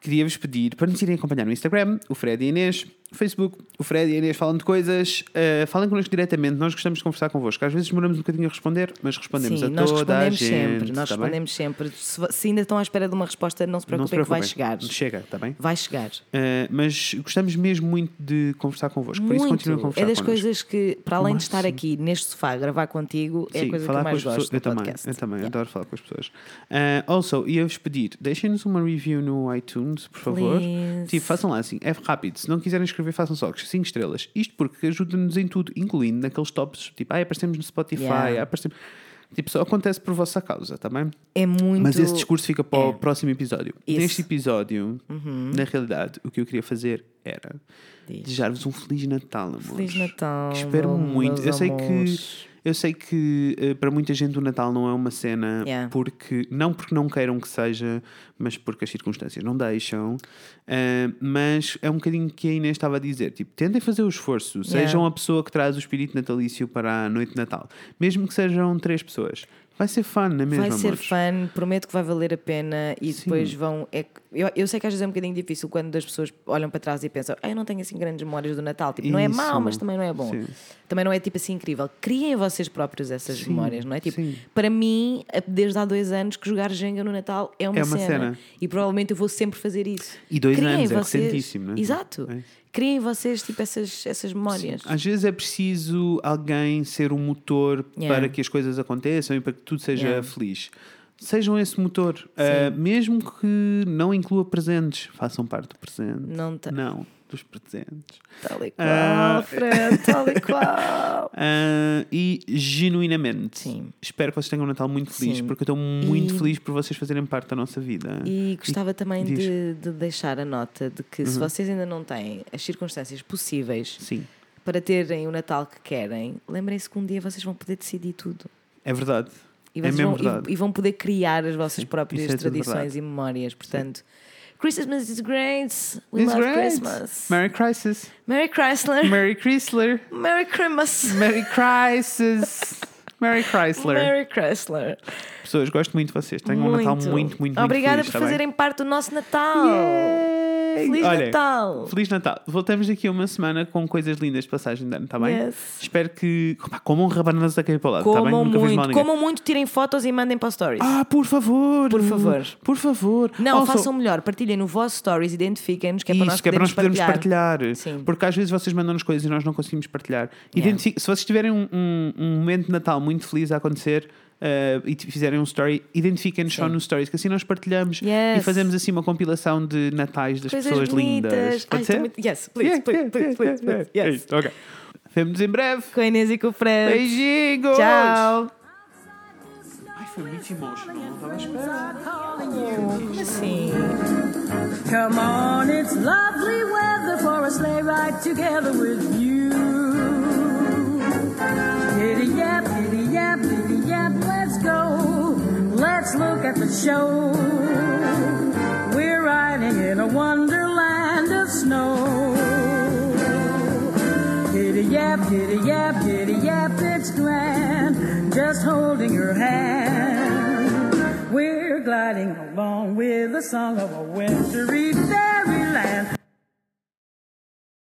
B: queria-vos pedir para nos irem acompanhar no Instagram, o Fred e a Inês, o Facebook, o Fred e a Inês falam de coisas, eh, falem connosco diretamente, nós gostamos de conversar convosco. Às vezes demoramos um bocadinho a responder, mas respondemos
A: Sim,
B: a
A: nós
B: toda a
A: respondemos
B: gente.
A: sempre. Nós
B: tá bem?
A: respondemos sempre. Se, vo- se ainda estão à espera de uma resposta, não se preocupem,
B: Não
A: que
B: se
A: vai chegar.
B: preocupem. Chega, está bem?
A: Vai chegar.
B: Eh, mas gostamos mesmo muito de conversar convosco, por isso
A: Muito.
B: continuem a conversar
A: é das
B: connosco.
A: coisas que, para além de
B: Como
A: estar
B: assim?
A: aqui neste sofá a gravar contigo, é
B: Sim,
A: a coisa que
B: falar
A: eu
B: com as
A: mais
B: pessoas.
A: gosto
B: eu
A: do
B: também,
A: podcast.
B: Eu também,
A: Yeah.
B: adoro falar com as pessoas. Ah, also, ia-vos pedir, deixem-nos uma review no iTunes, por favor.
A: Please.
B: Tipo, façam lá assim, é rápido. Se não quiserem escrever, façam só 5 estrelas. Isto porque ajuda-nos em tudo, incluindo naqueles tops, tipo, ah, aparecemos no Spotify,
A: Yeah.
B: ah, aparecemos. Tipo, só acontece por vossa causa, tá bem?
A: É muito. é.
B: Mas esse discurso fica para o próximo episódio.
A: Isso. Uhum.
B: Neste episódio, na realidade, o que eu queria fazer era
A: Diz.
B: desejar-vos um Feliz Natal, amor.
A: Feliz Natal.
B: Espero
A: meu-
B: muito.
A: meus
B: Eu sei que
A: amores.
B: Eu sei que eh, para muita gente o Natal não é uma cena
A: Yeah.
B: porque não porque não queiram que seja, mas porque as circunstâncias não deixam. Ah, mas é um bocadinho que a Inês estava a dizer: tipo, tentem fazer o esforço, sejam a pessoa que traz o espírito natalício para a noite de Natal, mesmo que sejam três pessoas. Vai ser fun, na mesma
A: Vai ser
B: amores.
A: fun, prometo que vai valer a pena e depois vão. é que- eu, eu sei que às vezes é um bocadinho difícil quando as pessoas olham para trás e pensam, ah, eu não tenho assim grandes memórias do Natal. Tipo, não é
B: Isso.
A: mau, mas também não é bom.
B: Sim.
A: Também não é tipo assim incrível. Criem vocês próprios essas memórias, não é? Tipo,
B: sim.
A: para mim, desde há dois anos que jogar Jenga no Natal é uma,
B: É uma cena.
A: E provavelmente eu vou sempre fazer isso.
B: E dois
A: Criem
B: anos, é
A: vocês-
B: recentíssimo, não é?
A: Exato.
B: É.
A: Criem vocês tipo essas, essas memórias.
B: Às vezes é preciso alguém ser um motor
A: Yeah.
B: para que as coisas aconteçam e para que tudo seja
A: Yeah.
B: feliz. Sejam esse motor, Ah, mesmo que não inclua presentes, façam parte do presente.
A: Não tá-
B: Não, dos presentes.
A: Tal e qual,
B: Ah.
A: Fred, tal e qual.
B: Ah, e genuinamente,
A: Sim.
B: espero que vocês tenham um Natal muito feliz,
A: Sim.
B: porque eu estou muito
A: E-
B: feliz por vocês fazerem parte da nossa vida.
A: E gostava também
B: diz.
A: de,
B: Uhum.
A: de deixar a nota de que se vocês ainda não têm as circunstâncias possíveis
B: Sim,
A: para terem o Natal que querem, lembrem-se que um dia vocês vão poder decidir tudo.
B: é verdade.
A: E,
B: é
A: vocês
B: mesmo
A: vão, e-
B: verdade.
A: e vão poder criar as vossas próprias
B: isso é tudo
A: tradições
B: verdade.
A: e memórias. Portanto, Christmas is great. We
B: It's
A: love
B: great.
A: Christmas.
B: Merry Crisis.
A: Merry Chrysler.
B: Merry Chrysler.
A: Merry Christmas.
B: Merry Crisis. Merry Chrysler.
A: Merry Chrysler.
B: Pessoas, gosto muito de vocês. Tenham um Natal muito, muito, muito
A: Obrigada
B: feliz,
A: por
B: tá bem?
A: fazerem parte do nosso Natal.
B: Yay!
A: Feliz
B: Olha,
A: Natal.
B: Feliz Natal. Voltamos daqui a uma semana com coisas lindas de passagem de ano, está tá bem?
A: Yes.
B: Espero que. Pá, comam rabanadas a cair para o lado, está Ah, tá bem?
A: Comam
B: Nunca fiz mal a
A: muito,
B: ninguém.
A: comam muito, tirem fotos e mandem para os stories.
B: Ah, por favor!
A: Por favor.
B: Por favor!
A: Não,
B: Also,
A: façam melhor, partilhem no vosso stories, identifiquem-nos, que é para nós
B: Isso, que é para nós podermos partilhar.
A: Sim.
B: Porque às vezes vocês mandam-nos coisas e nós não conseguimos partilhar.
A: Yeah.
B: Identifi- Se vocês tiverem um, um- um momento de Natal muito feliz a acontecer eh, e t- fizerem um story, identifiquem-nos só
A: Sim.
B: nos stories, que assim nós partilhamos
A: Yes.
B: e fazemos assim uma compilação de natais das
A: Coisas
B: pessoas
A: bonitas.
B: lindas.
A: Ai, estou
B: Pode ser?
A: muito... Yes, please, please, please, please, please.
B: É
A: Yes.
B: isto, ok. Vemo-nos em breve.
A: Com a Inês e com o Fred.
B: Beijinhos!
A: Tchau.
B: Ai, foi muito emotional, não estava à espera.
A: Como assim?
D: Come on, it's lovely weather for a sleigh ride together with you. Giddy yap, giddy yap, giddy yap, let's go. Let's look at the show. We're riding in a wonderland of snow. Giddy yap, giddy yap, giddy yap, it's grand. Just holding your hand. We're gliding along with the song of a wintry fairyland.